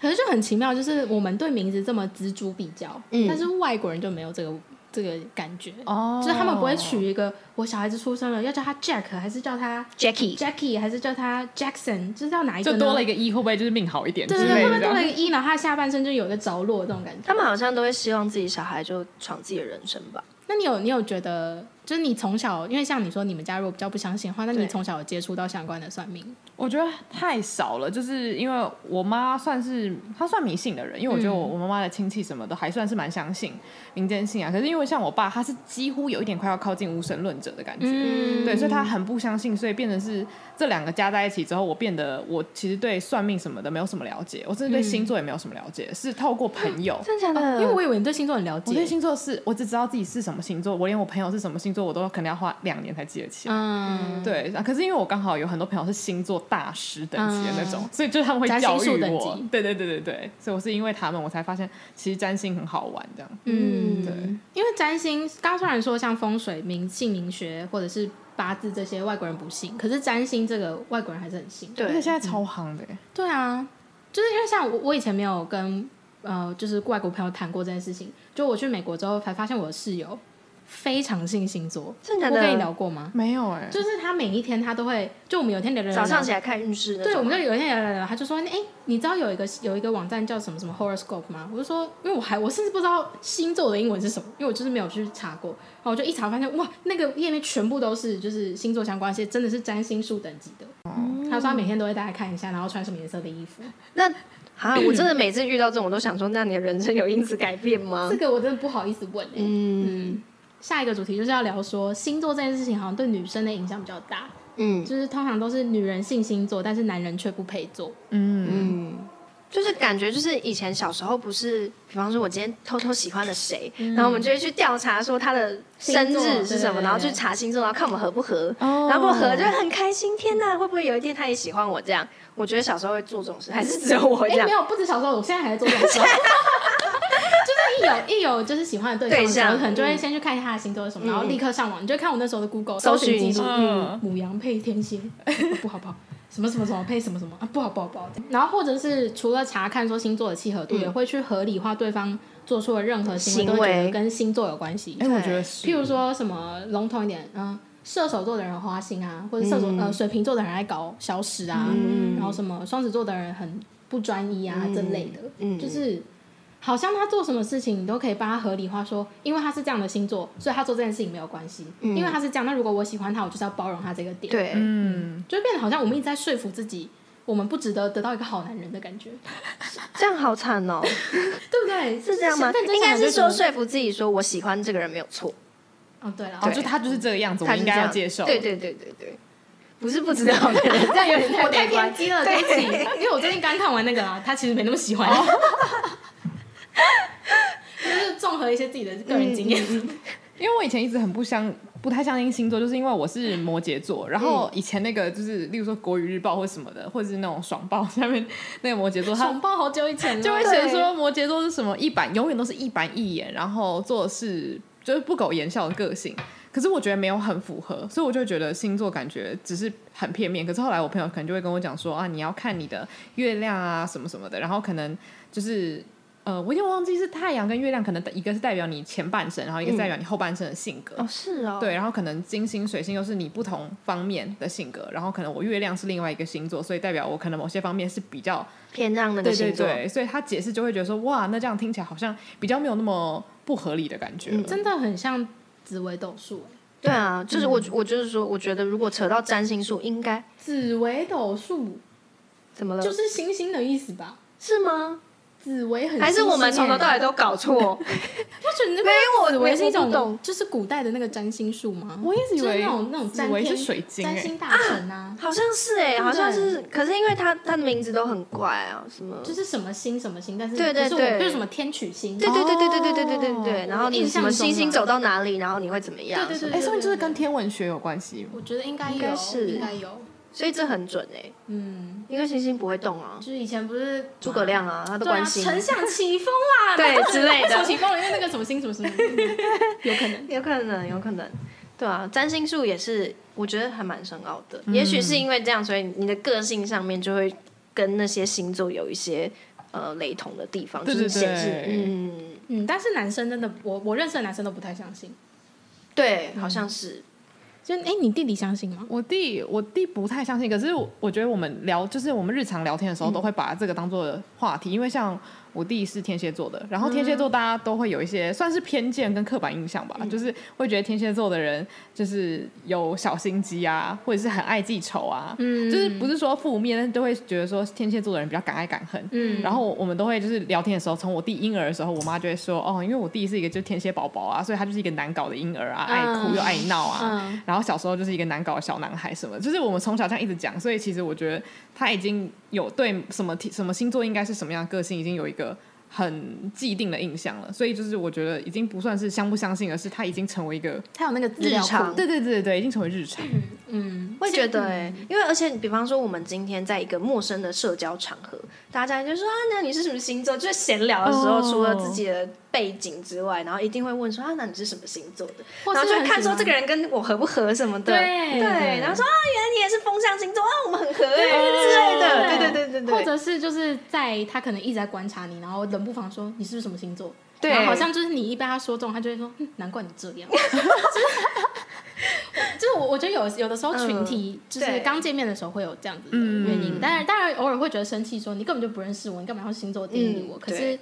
可是就很奇妙，就是我们对名字这么锱铢必较，但是外国人就没有这个这个感觉，哦就是他们不会取一个我小孩子出生了要叫他 Jack 还是叫他 Jackie， Jackie 还是叫他 Jackson，就是要哪一个就呢多了一个一，会不会就是命好一点之对类对的？对，会不会多了一个一，然后他下半身就有一个着落这种感觉。他们好像都会希望自己小孩就闯自己的人生吧。那你有你有觉得，就是你从小，因为像你说你们家如果比较不相信的话，那你对从小有接触到相关的算命？我觉得太少了，就是因为我妈算是她算迷信的人，因为我觉嗯得我我妈妈的亲戚什么的还算是蛮相信民间信仰。可是因为像我爸，他是几乎有一点快要靠近无神论者的感觉，嗯对，所以他很不相信，所以变成是这两个加在一起之后，我变得我其实对算命什么的没有什么了解，我甚至对星座也没有什么了解，是透过朋友。嗯真的假的？因为我以为你对星座很了解，我对星座是我只知道自己是什么星座，我连我朋友是什么星星座，我都可能要花两年才记得起来。嗯，对，啊可是因为我刚好有很多朋友是星座大师等级的那种，嗯所以就是他们会占星教术育等我级。对对对对对，所以我是因为他们，我才发现其实占星很好玩这样。嗯，对因为占星，刚刚虽然说像风水、名姓名学或者是八字这些外国人不信，可是占星这个外国人还是很信。而且对，现在超夯的欸、对啊，就是因为像我，我以前没有跟呃，就是外国朋友谈过这件事情。就我去美国之后，才发现我的室友非常信星座。真的我跟你假聊的？过吗？没有哎、就是他每一天他都会，就我们有一天聊聊聊早上起来看运势那对，我种们就有一天聊聊聊，他就说：“哎、你知道有一个有一个网站叫什么什么 horoscope 吗？”我就说：“因为我还我甚至不知道星座的英文是什么，因为我就是没有去查过。”然后我就一查发现，哇，那个页面全部都是就是星座相关，而且真的是占星术等级的。哦他说他每天都会大概看一下，然后穿什么颜色的衣服。那啊，我真的每次遇到这种，我都想说，那你的人生有因此改变吗这？个我真的不好意思问、欸、嗯下一个主题就是要聊说星座这件事情，好像对女生的影响比较大，嗯就是通常都是女人信星座，但是男人却不配做。嗯，嗯，就是感觉就是以前小时候不是，比方说我今天偷偷喜欢了谁，然后我们就会去调查说他的生嗯星座日是什么，对然后去查星座，然后看我们合不合。哦嗯然后不合就会很开心，天哪，会不会有一天他也喜欢我这样？我觉得小时候会做这种事，还是只有我会哎、这 样没？有，不止小时候，我现在还在做这种 事。就是一有一有就是喜欢的对对象的时候，象嗯可能就会先去看一下他的星座是什么，然后立刻上网，你就看我那时候的 Google 搜寻寻记一录下，嗯，母羊配天蝎， 啊不好不好，什么什么什么配什么什么啊，不好不好不好。然后或者是除了查看说星座的契合嗯度，也会去合理化对方做出的任何行为，行都会觉得为跟星座有关系。哎、我觉得是，譬如说什么笼统一点，嗯、射手座的人很花心啊，或者射手、嗯呃水瓶座的人爱搞小事啊，然后什么双子座的人很不专一啊、这类的，嗯就是好像他做什么事情你都可以帮他合理化说，因为他是这样的星座，所以他做这件事情没有关系，因为他是这样，那如果我喜欢他，我就是要包容他这个点，嗯对，嗯，就变得好像我们一直在说服自己。我们不值得得到一个好男人的感觉， 这样好惨哦，对不对？是这样吗？就是认真应想该来是就觉说得说服自己说我喜欢这个人没有错，哦，对了，哦，就他就是这个样子，我他是应这该要样接受。对对对对对，不是不知道的 人，这样有点我太悲观偏激 了，对不起，因为我最近刚看完那个啊，他其实没那么喜欢。哦 就是综合一些自己的个人经嗯验，因为我以前一直很不相不太相信星座，就是因为我是摩羯座，然后以前那个就是，例如说国语日报或什么的，或者是那种爽报下面那个摩羯座，他谎报好久以前了，就会对写说摩羯座是什么一板，永远都是一板一眼，然后做事就是不苟言笑的个性。可是我觉得没有很符合，所以我就觉得星座感觉只是很片面。可是后来我朋友可能就会跟我讲说啊，你要看你的月亮啊什么什么的，然后可能就是呃，我有点忘记是太阳跟月亮，可能一个是代表你前半生，然后一个是代表你后半生的性格。嗯哦，是哦，对，然后可能金星、水星又是你不同方面的性格，然后可能我月亮是另外一个星座，所以代表我可能某些方面是比较偏让那个对对星座，对，所以他解释就会觉得说，哇，那这样听起来好像比较没有那么不合理的感觉。嗯真的很像紫微斗数。哎对啊，就是我我就是说，我觉得如果扯到占星术，应该紫微斗数怎么了？就是星星的意思吧？是吗？紫微很还是我们从头到尾都都搞错？不准那个没有我紫微是一我不种懂就是古代的那个占星术吗？我一直以就是为那种那种紫占薇天是水晶、占欸，星大神啊， 好像是哎、不对好像是，可是因为他他的名字都很怪啊，什么？就是什么星什么星，但是对对不是我对就是什么天曲星，对对对对对对对对对对哦对，然后你印什象么中啊星星走到哪里，然后你会怎么样？对对对哎、所以就是跟天文学有关系。我觉得应该有，应该是应该有，所以这很准哎、嗯，因为星星不会动啊，就是以前不是诸葛亮啊，他都对啊，关心，丞相起风啦，对之类丞相的，起风了，因为那个什么星什么什么， 有可能，有可能，有可能，对啊，占星术也是，我觉得还蛮深奥的。嗯也许是因为这样，所以你的个性上面就会跟那些星座有一些呃雷同的地方，对就是对显示，对嗯，嗯，但是男生真的，我我认识的男生都不太相信，对，嗯好像是，就哎，你弟弟相信吗？我弟我弟不太相信，可是我我觉得我们聊就是我们日常聊天的嗯时候都会把这个当做话题，因为像我弟是天蝎座的，然后天蝎座嗯大家都会有一些算是偏见跟刻板印象吧，就是会觉得天蝎座的人就是有小心机啊，或者是很爱记仇啊，嗯就是不是说负面，但是都会觉得说天蝎座的人比较敢爱敢恨，嗯，然后我们都会就是聊天的时候，从我弟婴儿的时候，我妈就会说哦，因为我弟是一个就是天蝎宝宝啊，所以他就是一个难搞的婴儿啊，爱哭又爱闹啊。嗯然后小时候就是一个难搞的小男孩什么，就是我们从小这样一直讲，所以其实我觉得他已经有对什么什么星座应该是什么样的个性，已经有一个很既定的印象了，所以就是我觉得已经不算是相不相信，而是它已经成为一个，它有那个资日料常库，对对对对，已经成为 日常。嗯，会觉得嗯哎、因为而且比方说我们今天在一个陌生的社交场合，大家就说啊，那你是什么星座？就是闲聊的时候，哦除了自己的背景之外，然后一定会问说啊，那你是什么星座的？或然后是就会很看喜说欢这个人跟我合不合什么的。对对，然后说啊，原来你也是风象星座啊，我们很合哎、之类的。对对对对对，或者是就是在他可能一直在观察你，然后冷不防说你是不是什么星座，对然后好像就是你一被他说中，他就会说、嗯、难怪你这样。 就是就是我，我觉得有有的时候群体就是对刚见面的时候会有这样子的嗯原因，当然当然偶尔会觉得生气，说你根本就不认识我，你干嘛用星座定义嗯我？可对是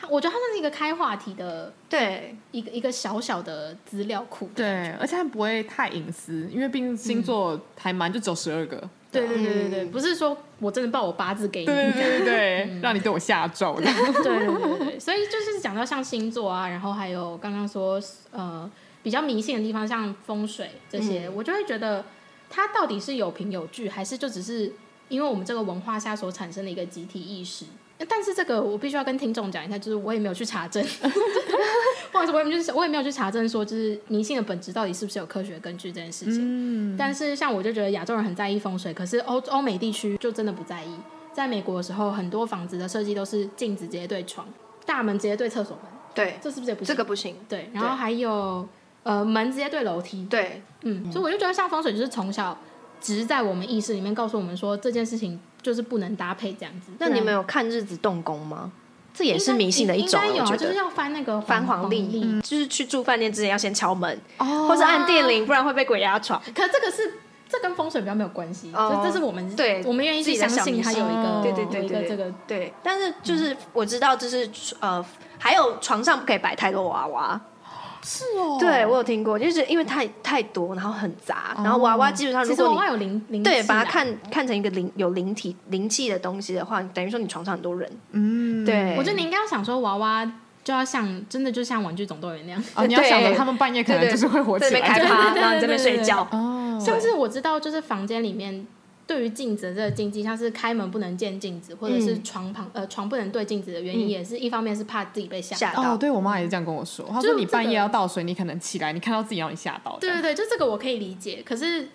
他我觉得它算是一个开话题的对一个一个小小的资料库。对，而且它不会太隐私，因为毕竟星座还蛮就只有十二个。对对对对对，嗯不是说我真的报我八字给你，对对对对对，让你对我下咒的。对对对对对，所以就是讲到像星座啊，然后还有刚刚说呃比较迷信的地方，像风水这些，我就会觉得它到底是有凭有据，还是就只是因为我们这个文化下所产生的一个集体意识？呃但是这个我必须要跟听众讲一下，就是我也没有去查证， 不好意思，我也没有去我也没有去查证说就是迷信的本质到底是不是有科学根据这件事情。嗯，但是像我就觉得亚洲人很在意风水，可是欧欧美地区就真的不在意。在美国的时候，很多房子的设计都是镜子直接对床，大门直接对厕所门，对，这是不是也不行？这个不行。对，然后还有呃门直接对楼梯，对嗯，所以我就觉得像风水就是从小植在我们意识里面，告诉我们说这件事情就是不能搭配这样子。那你不然们有看日子动工吗？这也应该是迷信的一种啊，应该有我啊，觉就是嗯得。要翻那个翻黄黄历，历，就是去住饭店之前要先敲门，哦或是按电铃，不然会被鬼压床。可这个是这跟风水比较没有关系，哦就这是我们对我们愿意自去己的相小信迷它有信一个哦有对对对一个对对这个对，但是就是我知道，就是呃，还有床上不可以摆太多娃娃。 是哦对我有听过，就是因为太太多，然后很杂，然后娃娃基本上哦其如实果娃你娃有灵灵对气把啊它看看成一个灵有灵体灵气的东西的话，等于说你床上很多人。嗯，对，我觉得你应该要想说，娃娃就要像真的就像《玩具总动员》那样。哦，你要想着对他们半夜可对能对就是会火在起那边开来。趴，对对对对然后你这边睡觉。哦，像是我知道，就是房间里面对于镜子的这个禁忌，像是开门不能见镜子，或者是嗯床旁、呃床不能对镜子的原因，也是一方面是怕自己被吓。吓到嗯哦，对我妈也是这样跟我说，她就说你这半个夜要倒水，你可能起来，你看到自己让你吓到。对对对，就这个我可以理解，可是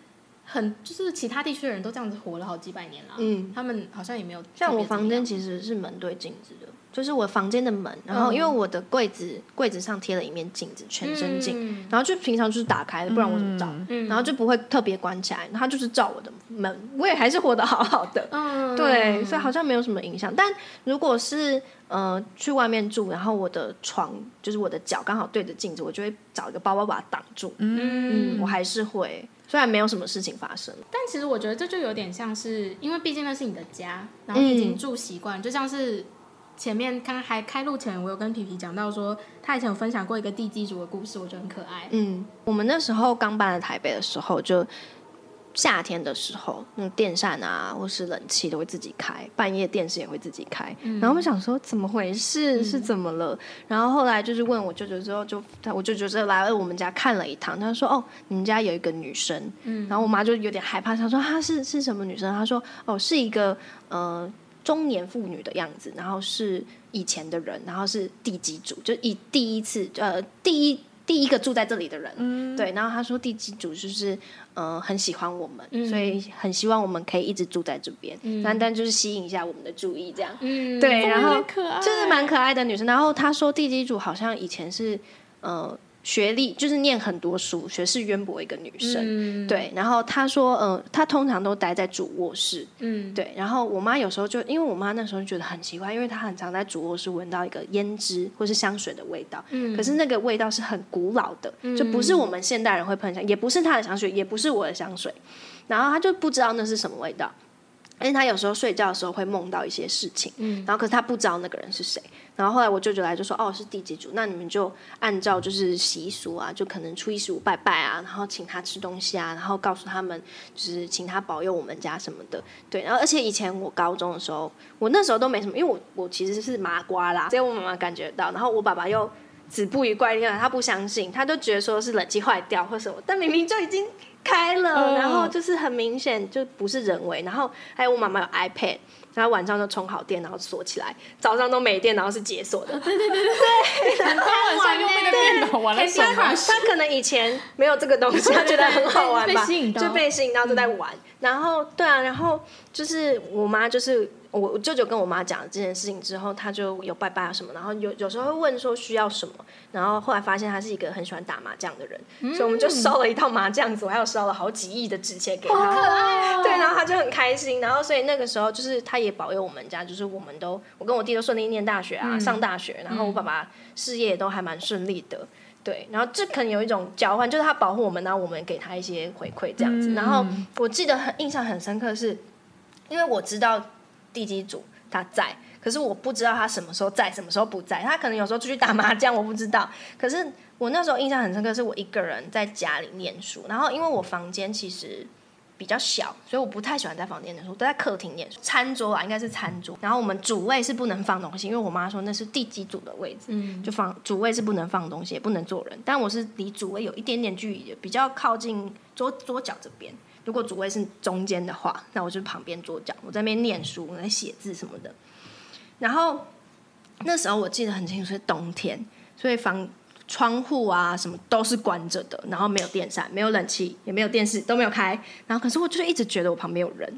很就是其他地区的人都这样子活了好几百年了，嗯，他们好像也没有特别像怎我么房间样其实是门对镜子的，就是我房间的门，然嗯后因为我的柜子柜子上贴了一面镜子，全身镜，嗯然后就平常就是打开的，不然我怎么照？嗯然后就不会特别关起来，它就是照我的门，我也还是活得好好的。嗯， 对，所以好像没有什么影响。但如果是呃去外面住，然后我的床就是我的脚刚好对着镜子，我就会找一个包包把它挡住。嗯我还是会，虽然没有什么事情发生。但其实我觉得这就有点像是，因为毕竟那是你的家，然后你已嗯经住习惯，就像是前面刚还开录前，我有跟皮皮讲到说，他以前有分享过一个地基主的故事，我觉得很可爱。嗯，我们那时候刚搬来台北的时候，就夏天的时候，那种电扇啊或是冷气都会自己开，半夜电视也会自己开。然后我想说怎么回事，是怎么了？然后后来就是问我舅舅之后就，他我舅舅就来我们家看了一趟，他说哦，你们家有一个女生。嗯，然后我妈就有点害怕，想说她是是什么女生？她说哦，是一个呃。中年妇女的样子，然后是以前的人，然后是地基主，就以第一次呃第一第一个住在这里的人，嗯对。然后他说地基主就是呃很喜欢我们，嗯所以很希望我们可以一直住在这边，嗯但但就是吸引一下我们的注意这样。嗯对，然后可爱就是蛮可爱的女生。然后她说地基主好像以前是呃学历就是念很多书，学识渊博一个女生。嗯，对，然后她说，呃，她通常都待在主卧室，嗯，对，然后我妈有时候就，因为我妈那时候觉得很奇怪，因为她很常在主卧室闻到一个胭脂或是香水的味道，嗯可是那个味道是很古老的，就不是我们现代人会喷香，也不是她的香水，也不是我的香水，然后她就不知道那是什么味道。而且她有时候睡觉的时候会梦到一些事情，嗯然后可是她不知道那个人是谁。然后后来我舅舅来就说：“哦，是地基主，那你们就按照就是习俗啊，就可能初一十五拜拜啊，然后请他吃东西啊，然后告诉他们就是请他保佑我们家什么的。”对，然后而且以前我高中的时候，我那时候都没什么，因为我我其实是麻瓜啦，所以我妈妈感觉到，然后我爸爸又子不语怪力乱神，他不相信，他就觉得说是冷气坏掉或什么，但明明就已经开了，嗯然后就是很明显就不是人为。然后还有我妈妈有 iPad，然后晚上就充好电，然后锁起来，早上都没电，然后是解锁的。晚上用那个电脑玩了什么？他可能以前没有这个东西，他觉得很好玩吧，被吸引到就被吸引到就在玩。然后对啊，然后就是我妈就是。我我舅舅跟我妈讲了这件事情之后，他就有拜拜啊什么，然后有有时候会问说需要什么，然后后来发现他是一个很喜欢打麻将的人，所以我们就烧了一套麻将桌，还有烧了好几亿的纸钱给他，哦对，然后他就很开心，然后所以那个时候就是他也保佑我们家，就是我们都我跟我弟都顺利念大学啊，上大学，然后我爸爸事业也都还蛮顺利的，对，然后这可能有一种交换，就是他保护我们，然后我们给他一些回馈这样子。嗯然后我记得很印象很深刻是，因为我知道地基组他在，可是我不知道他什么时候在，什么时候不在。他可能有时候出去打麻将，我不知道。可是我那时候印象很深刻，是我一个人在家里念书，然后因为我房间其实。比较小，所以我不太喜欢在房间念书，都在客厅念书。餐桌啊，应该是餐桌。然后我们主位是不能放东西，因为我妈说那是地基组的位置。嗯，就放主位是不能放东西，也不能坐人。但我是离主位有一点点距离的，比较靠近桌桌角这边。如果主位是中间的话，那我就旁边桌角，我在那边念书，我在写字什么的。然后那时候我记得很清楚，是冬天，所以房窗户啊什么都是关着的，然后没有电扇，没有冷气，也没有电视，都没有开。然后可是我就是一直觉得我旁边有人，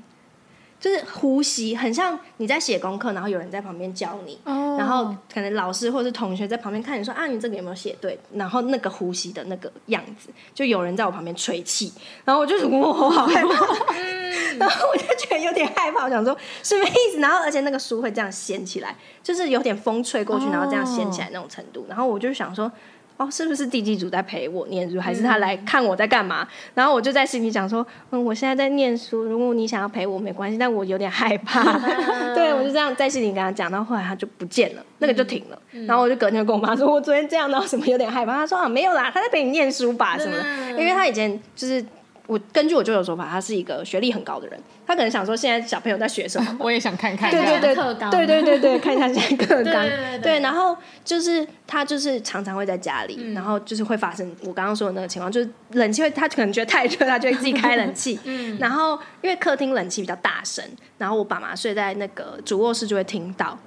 就是呼吸，很像你在写功课，然后有人在旁边教你，哦然后可能老师或是同学在旁边看你说啊，你这个有没有写对？然后那个呼吸的那个样子，就有人在我旁边吹气，然后我就哇，我好害怕， 然后我就觉得有点害怕，我想说什么意思？然后而且那个书会这样掀起来，就是有点风吹过去，然后这样掀起来那种程度。然后我就想说，哦，是不是地基组在陪我念书，还是他来看我在干嘛？然后我就在心里想说，嗯，我现在在念书，如果你想要陪我没关系，但我有点害怕。 对，我就这样在心里跟他讲，然后后来他就不见了，那个就停了。然后我就隔天就跟我妈说，我昨天这样，然后什么有点害怕。她说啊，没有啦，他在陪你念书吧什么的，因为他以前就是。我根据我舅舅说法，他是一个学历很高的人，他可能想说现在小朋友在学什么，我也想看看。对对对，课纲对对对对，看一下现 在课纲对对对，对对，然后就是他就是常常会在家嗯里，然后就是会发生我刚刚说的那个情况，就是冷气会他可能觉得太热，他就会自己开冷气， 嗯然后因为客厅冷气比较大声，然后我爸妈睡在那个主卧室就会听到，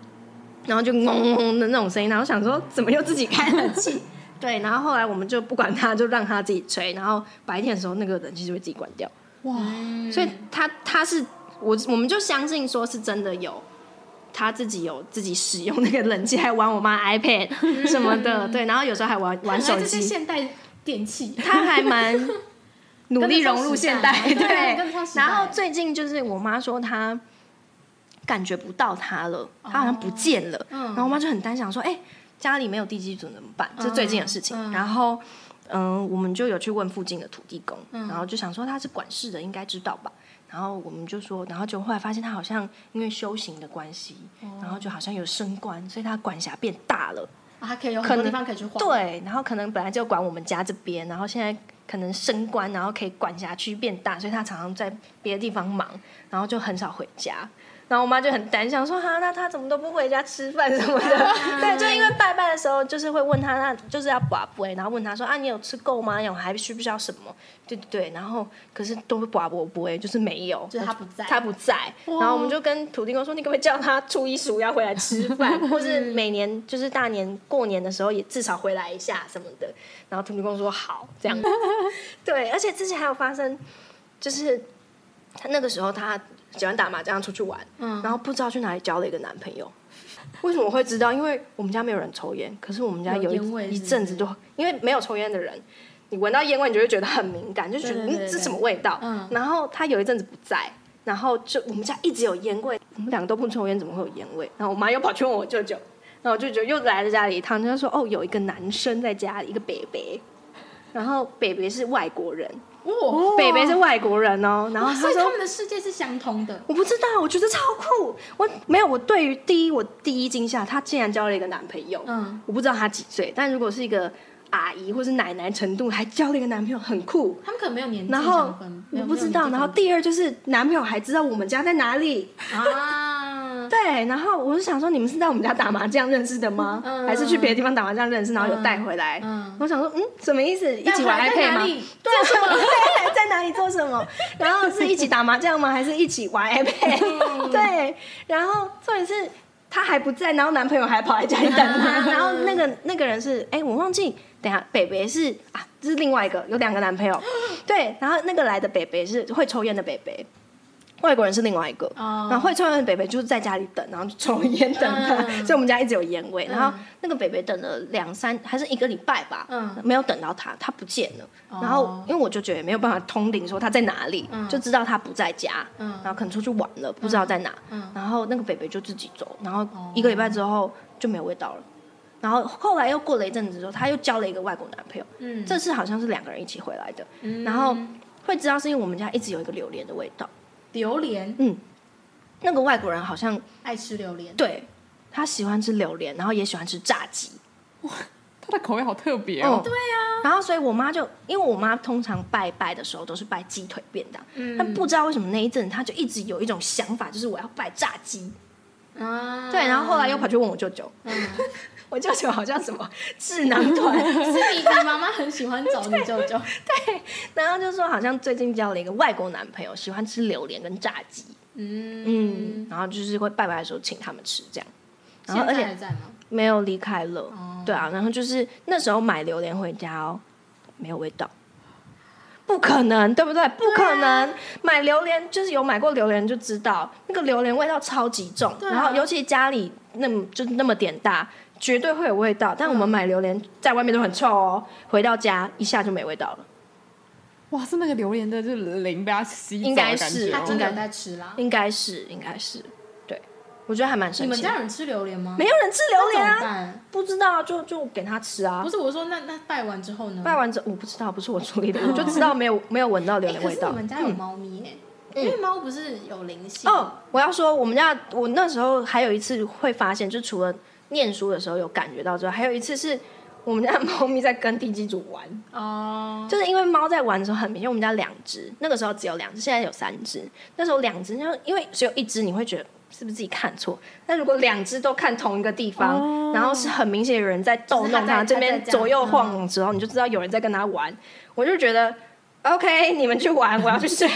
然后就嗡嗡嗡的那种声音，然后想说怎么又自己开冷气。 对，然后后来我们就不管他，就让他自己吹。然后白天的时候，那个冷气就会自己关掉。哇，嗯所以他他是我我们就相信说是真的有他自己有自己使用那个冷气，还玩我妈 iPad 什么的，对，然后有时候还 玩玩嗯手这些机，现代电器，他 还蛮努力融入现代，跟得上时代 对啊对跟得上。时代然后最近就是我妈说她感觉不到他了，他好像不见了，哦嗯然后我妈就很担心，想说哎、家里没有地基组怎么办？这是最近的事情，嗯嗯然后。嗯，我们就有去问附近的土地公，嗯然后就想说他是管事的，应该知道吧。然后我们就说，然后就后来发现他好像因为修行的关系，哦然后就好像有升官，所以他管辖变大了。啊它可以有可很能多地方可以去晃。，对，然后可能本来就管我们家这边，然后现在可能升官，然后可以管辖区变大，所以他常常在别的地方忙，然后就很少回 家。然后我妈就很担心，想说哈、那他怎么都不回家吃饭什么的？对，就因为拜拜的时候，就是会问他，那就是要卜卜，然后问他说啊，你有吃够吗？有还需不需要什么？对对对，然后可是都卜卜不会，就是没有，就是他不在他不在。然后我们就跟土地公说，你可不可以叫他初一十五要回来吃 饭，或是每年就是大年过年的时候也至少回来一下什么的。然后土地公说好，这样。对，而且之前还有发生，就是他那个时候他喜欢打麻将，出去玩，嗯然后不知道去哪里交了一个男朋友。为什么会知道？因为我们家没有人抽烟，可是我们家有有烟味一是不一是阵子都，因为没有抽烟的人，你闻到烟味你就会觉得很敏感，就觉得对对对嗯这对什么味道？嗯然后他有一阵子不在，然后就我们家一直有烟味，我们两个都不抽烟，怎么会有烟味？然后我妈又跑去问我舅舅，然后我舅舅又来了家里一趟，就说哦有一个男生在家里，一个北北，然后北北是外国人，哇，哦北北是外国人哦，然后哦哇所他以他说们的世界是相通的。我不知道，我觉得超酷。我没有，我对于第一，我第一惊吓，她竟然交了一个男朋友。嗯，我不知道她几岁，但如果是一个阿姨或是奶奶程度，还交了一个男朋友，很酷。他们可能没有年纪然后相分，没有我不知道，没有年纪 然后第二就是男朋友还知道我们家在哪里，分啊，对，然后我就想说，你们是在我们家打麻将认识的吗？嗯还是去别的地方打麻将认识，然后有带回来？嗯，我想说，嗯，什么意思？一起玩还 i 在 p 哪吗？里？对，对，在哪里做什么？然后是一起打麻将吗？还是一起玩嗯 iPad？对，然后重点是她还不在，然后男朋友还跑来家里等嗯她，然后那个那个人是，哎、我忘记，等一下，北北是啊，这是另外一个，有两个男朋友，对，然后那个来的北北是会抽烟的北北。外国人是另外一个，哦然后会抽烟的北北就是在家里等，然后就抽烟等他，嗯所以我们家一直有烟味。然后嗯那个北北等了两三还是一个礼拜吧，嗯没有等到他，他不见了。哦然后因为我就觉得也没有办法通灵说他在哪里，嗯就知道他不在家，嗯然后可能出去玩了，不知道在哪。嗯，然后那个北北就自己走，然后一个礼拜之后就没有味道了。然后后来又过了一阵子之后，他又交了一个外国男朋友，嗯这次好像是两个人一起回来的。嗯然后会知道是因为我们家一直有一个榴莲的味道，榴莲，嗯，那个外国人好像爱吃榴莲，对他喜欢吃榴莲，然后也喜欢吃炸鸡。他的口味好特别哦。对啊。然后，所以我妈就因为我妈通常拜拜的时候都是拜鸡腿便当，嗯但不知道为什么那一阵她就一直有一种想法，就是我要拜炸鸡。啊，对，然后后来又跑去问我舅舅， 嗯，我舅舅好像什么智囊 团，是你你妈妈很喜欢找你舅舅，然后就说好像最近交了一个外国男朋友，喜欢吃榴莲跟炸鸡，嗯 嗯，，然后就是会拜拜的时候请他们吃这样，然后现而在且还在吗？没有离开了，哦对啊，然后就是那时候买榴莲回家哦，没有味道，不可能，对不啊对？不可能，买榴莲就是有买过榴莲就知道，那个榴莲味道超级重，对啊然后尤其家里那么就是那么点大，绝对会有味道。啊但我们买榴莲在外面都很臭哦，回到家一下就没味道了，哇，是那个榴莲的，就是灵被它吸走应的该感是觉他它真哦。的有在吃啦。应该是，应该是，对，我觉得还蛮你神们奇的。家有人吃榴莲吗？没有人吃榴莲那怎么啊，办不知道就就给他吃啊不。是我说，那那拜完之后呢？拜完之后我不知道，不是我处理的，哦我就知道没有没有闻到榴哎，莲可味是道。嗯你们家有猫咪哎，因为猫不是有灵性哦，我要说，我们家我那时候还有一次会发现，就除了念书的时候有感觉到之外，还有一次是我们家的猫咪在跟地基主玩，哦，就是因为猫在玩的时候很明显，我们家两只，那个时候只有两只，现在有三只，那时候两只，然后因为只有一只，你会觉得。是不是自己看错？但如果两只都看同一个地方，然后是很明显有人在逗哦就是弄它在它，这它在边这样左右晃的时候，你就知道有人在跟它玩。我就觉得，OK，你们去玩，我要去睡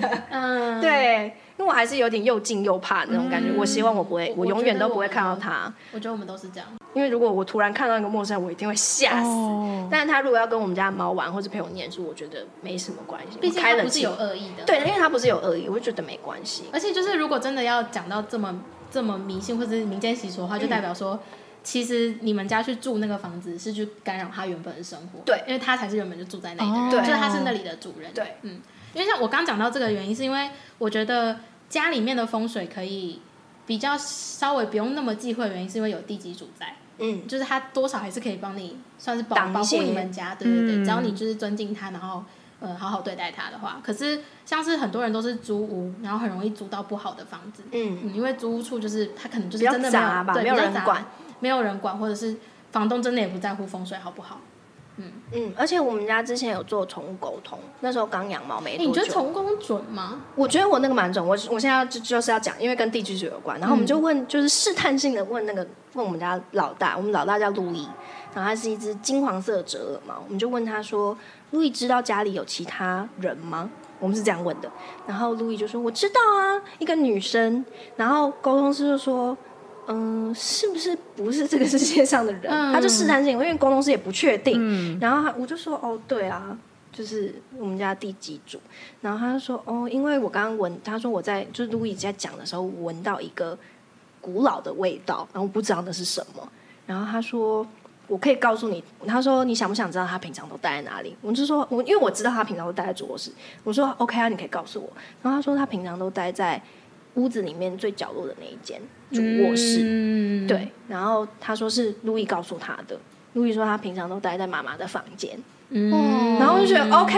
了。嗯，对，因为我还是有点又敬又怕那种感觉。我希望我不会，我我永远我觉得都不我会看到们他，我觉得我们都是这样。因为如果我突然看到一个陌生人，我一定会吓死。哦但是他如果要跟我们家的猫玩，或是陪我念书，我觉得没什么关系。毕竟我开它冷不是气有恶意的。对，因为他不是有恶意，我就觉得没关系。而且就是如果真的要讲到这么这么迷信或者是民间习俗嗯的话，就代表说。其实你们家去住那个房子是去干扰他原本的生活，对因为他才是原本就住在那里的人，哦就对是他是那里的主人，对，嗯，因为像我刚讲到这个原因，是因为我觉得家里面的风水可以比较稍微不用那么忌讳，原因是因为有地基主在，嗯，就是他多少还是可以帮你算是保挡一保护些你们家，对对对，嗯只要你就是尊敬他，然后呃好好对待他的话。可是像是很多人都是租屋，然后很容易租到不好的房子，嗯因为租屋处就是他可能就是比较真的没有杂吧，对没比较人杂管。没有人管，或者是房东真的也不在乎风水好不好。嗯，而且我们家之前有做宠物沟通，那时候刚养猫哎、没多久。你觉得宠物公准吗？我觉得我那个蛮准，我我现在要就就是要讲，因为跟地居组有关。然后我们就问，就是试探性的问那个问我们家老大，我们老大叫路易，然后它是一只金黄色的折耳猫。我们就问他说：“路易知道家里有其他人吗？”我们是这样问的。然后路易就说：“我知道啊，一个女生。”然后沟通师就说。嗯，是不是不是这个世界上的人？嗯他就试探性，因为沟通师也不确定。嗯，然后他我就说哦，对啊，就是我们家第几组。然后他就说哦，因为我刚刚闻，他说我在就是路易在讲的时候闻到一个古老的味道，然后我不知道那是什么。然后他说我可以告诉你，他说你想不想知道他平常都待在哪里？我就说我因为我知道他平常都待在主卧室，我说 OK 啊，你可以告诉我。然后他说他平常都待在屋子里面最角落的那一间主卧室。嗯，对，然后他说是路易告诉他的。路易说他平常都待在妈妈的房间，嗯然后我就觉得 OK，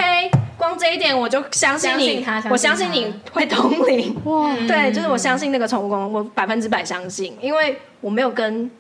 光这一点我就相信相你，信他嗯我相相信信他你会通灵。哇，对，就是我相信那个宠物公，我百分之百相信，因为我没有跟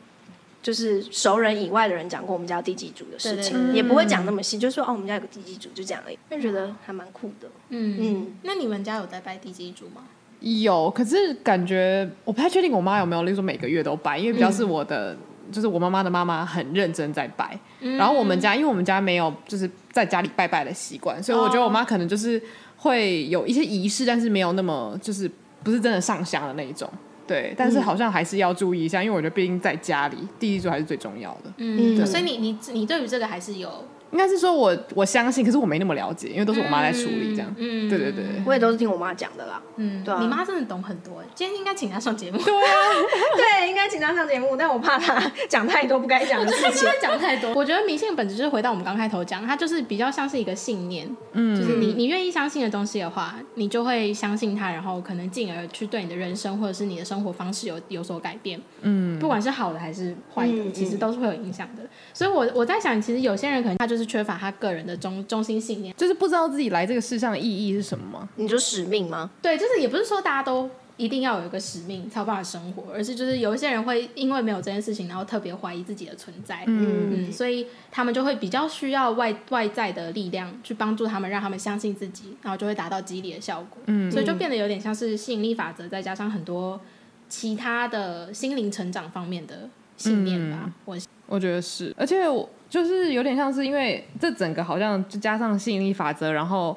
就是熟人以外的人讲过我们家地基组的事情，对对对也不会讲那么细，就说哦我们家有个地基组就这样而已，就觉得还蛮酷的。嗯嗯那你们家有在拜地基主吗？有，可是感觉我不太确定我妈有没有，例如说每个月都拜，因为比较是我的，嗯就是我妈妈的妈妈很认真在拜。然后我们家，因为我们家没有就是在家里拜拜的习惯，所以我觉得我妈可能就是会有一些仪式，但是没有那么就是不是真的上香的那一种。对，但嗯是好像还是要注意一下，因为我觉得毕竟在家里，第一柱还是最重要的。嗯，对所以你你你对于这个还是有应该是说我我相信，可是我没那么了解，因为都是我妈在处理这样。嗯，对对对，我也都是听我妈讲的啦。嗯，对啊你妈真的懂很多，今天应该请她上节目，对，应该请她上节目，但我怕她讲太多不该讲的事情。讲太多。我觉得迷信的本质就是回到我们刚开头讲，它就是比较像是一个信念，嗯，就是你你愿意相信的东西的话，你就会相信它，然后可能进而去对你的人生或者是你的生活方式有有所改变，嗯，不管是好的还是坏的，嗯其实都是会有影响的。所以我我在想，其实有些人可能他就是缺乏他个人的中中心信念，就是不知道自己来这个世上的意义是什么吗？ 你就使命吗？对，就是也不是说大家都一定要有一个使命才有办法生活，而是就是有一些人会因为没有这件事情，然后特别怀疑自己的存在。嗯，所以他们就会比较需要外外在的力量去帮助他们，让他们相信自己，然后就会达到激励的效果。嗯，所以就变得有点像是吸引力法则，再加上很多其他的心灵成长方面的信念嗯吧。我我觉得是，而且我就是有点像是因为这整个好像就加上吸引力法则，然后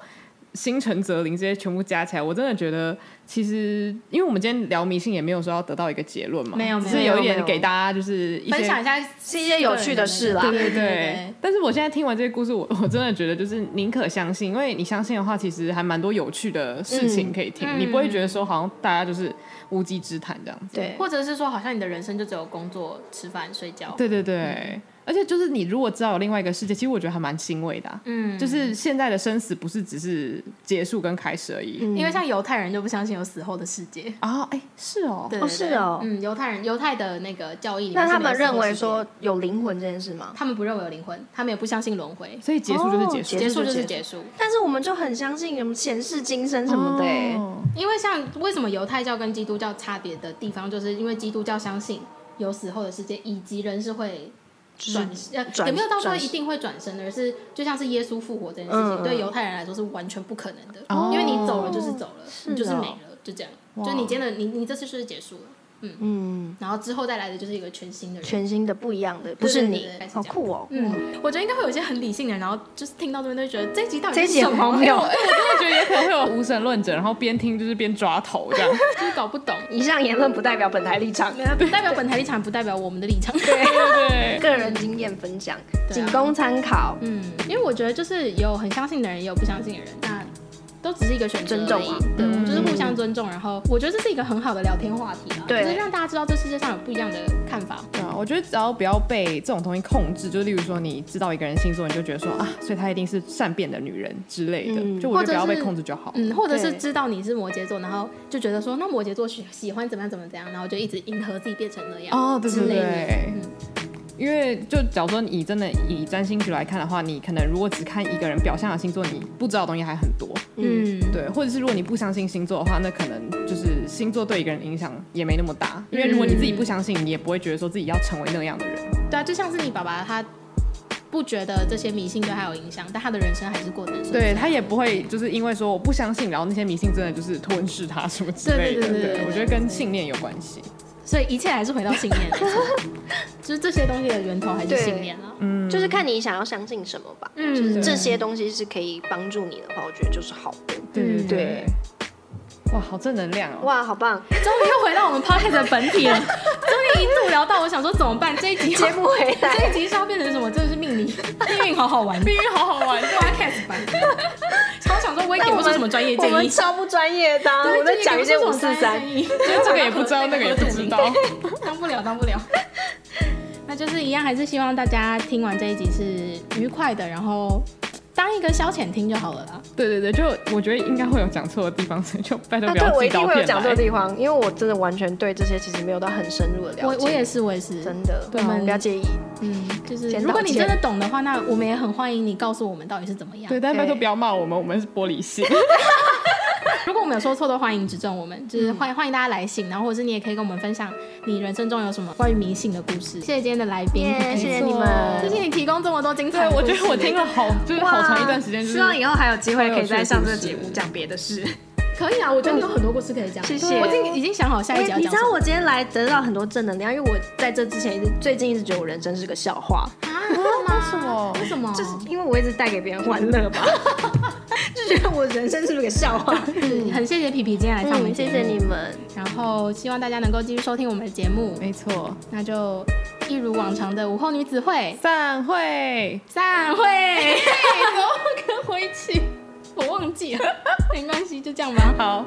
心诚则灵这些全部加起来，我真的觉得其实因为我们今天聊迷信也没有说要得到一个结论嘛，没有只是没有有一没点有给大家就是一些分享一下是一些有趣的事啦个人的那个对对对对。但是我现在听完这些故事，我我真的觉得就是宁可相信，因为你相信的话，其实还蛮多有趣的事情可以听，嗯你不会觉得说好像大家就是无稽之谈这样子。对，或者是说，好像你的人生就只有工作、吃饭、睡觉。对对对，而且就是你如果知道有另外一个世界，其实我觉得还蛮欣慰的啊、嗯，就是现在的生死不是只是结束跟开始而已。因嗯为像犹太人就不相信有死后的世界。啊，哎、是哦，对对哦对是哦嗯，犹太人犹太的那个教义里面那是他没有死后们认为世界说，有灵魂这件事吗？他们不认为有灵魂，他们也不相信轮回，所以结束就是结束，哦结束就就是是结结束。但是我们就很相信什么前世今生什么的、欸哦因为像为什么犹太教跟基督教差别的地方，就是因为基督教相信有死后的世界，以及人是会是转呃转也没有到说转一定会转身的，而是就像是耶稣复活这件事情，嗯嗯对犹太人来说是完全不可能的，哦因为你走了就是走了，是你就是哦没了，就这样，就你真的你你这次就是结束了，嗯，然后之后再来的就是一个全新的人。全新的不一样的，不是你，对对对好酷哦、嗯，我觉得应该会有一些很理性的人，然后就是听到这边都会觉得这一集到这底一是集什很么？荒谬， 我真的觉得也可能会有无神论者，然后边听就是边抓头这样。就是搞不懂。以上言论不代表本台 立场，不代表本台立场，不代表我们的立场。 对对个人经验分享，啊仅供参考。嗯，因为我觉得就是有很相信的人，也有不相信的人，那都只是一个选择而已。尊重啊对，我们就是互相尊重。然后我觉得这是一个很好的聊天话题啊，对就是让大家知道这世界上有不一样的看法。对啊，我觉得只要不要被这种东西控制，就例如说你知道一个人星座，你就觉得说啊，所以她一定是善变的女人之类的，嗯就我觉得不要或者被是控制就好。嗯，或者是对知道你是摩羯座，然后就觉得说那摩羯座喜喜欢怎么样怎么样，然后就一直迎合自己变成那样哦对对之类的对嗯，因为就假如说你真的以占星学来看的话，你可能如果只看一个人表象的星座，你不知道的东西还很多。嗯，对，或者是如果你不相信星座的话，那可能就是星座对一个人影响也没那么大，因为如果你自己不相信，你也不会觉得说自己要成为那样的人。对啊，就像是你爸爸他不觉得这些迷信对他有影响，但他的人生还是过得很顺遂。对他也不会就是因为说我不相信，然后那些迷信真的就是吞噬他什么之类对对的。对对对我觉得跟信念有关系。所以一切还是回到信 念，没错就是这些东西的源头还是信念啊。嗯就是看你想要相信什么吧，嗯就是这些东西是可以帮助你的话，我觉得就是好的。对对嗯对。哇，好正能量哦！哇，好棒！终于又回到我们 p o c a s t 的本 体了，终于一度聊到我想说怎么办，这一集接不回来这一集是要变成什么？真的是命 理，命运好好玩命运好好 玩，，podcast 版。我想说， 我也给不出什么专业建我议们，超不专业的啊、对我在讲一些这五个也给不出什四么专三。 业建议就这个也不知道，那个也不知道。当不了，当不了。 那就是一样，还是希望大家听完这一集是愉快的，然后当一个消遣听就好了啦。对对对，就我觉得应该会有讲错的地方，所以就拜托啊，不对，要我寄一定刀会有片讲错来。地方，因为我真的完全对这些其实没有到很深入的了我解。我也是，我也是，真的，对啊对我们们不要介意。嗯，就是先道歉如果你真的懂的话，那我们也很欢迎你告诉我们到底是怎么样。对，但拜托对不要骂我们，我们是玻璃心。如果我们有说错的，欢迎指正我们，嗯就是欢迎欢迎大家来信，然后或者是你也可以跟我们分享你人生中有什么关于迷信的故事。谢谢今天的来宾，耶，谢谢你谢们。谢你提供这么多精彩 对的，故 我事。觉得我听了好，就是好长一段时间，就是希望以后还有机会可以再上好这有个趣的节故目事讲别的事。可以啊，我觉得你有很多故事可以讲。谢对谢我已经已经想好下一集要哎你讲知什道么。我今天来得到很多正能量，因为我在这之前一直最近一直觉得我人生是个笑话，啊？真的吗？为什么为什么？就是因为我一直带给别人欢乐吧， 就觉得我人生是不是个 笑话？嗯很谢谢皮皮今天来上我们嗯，节谢目谢你。们，然后希望大家能够继续收听我们的节目，没错，那就一如往常的午后女子会散会。散 会。哎嘿怎么跟我一起？我忘记了，没关系，就这样吧。好，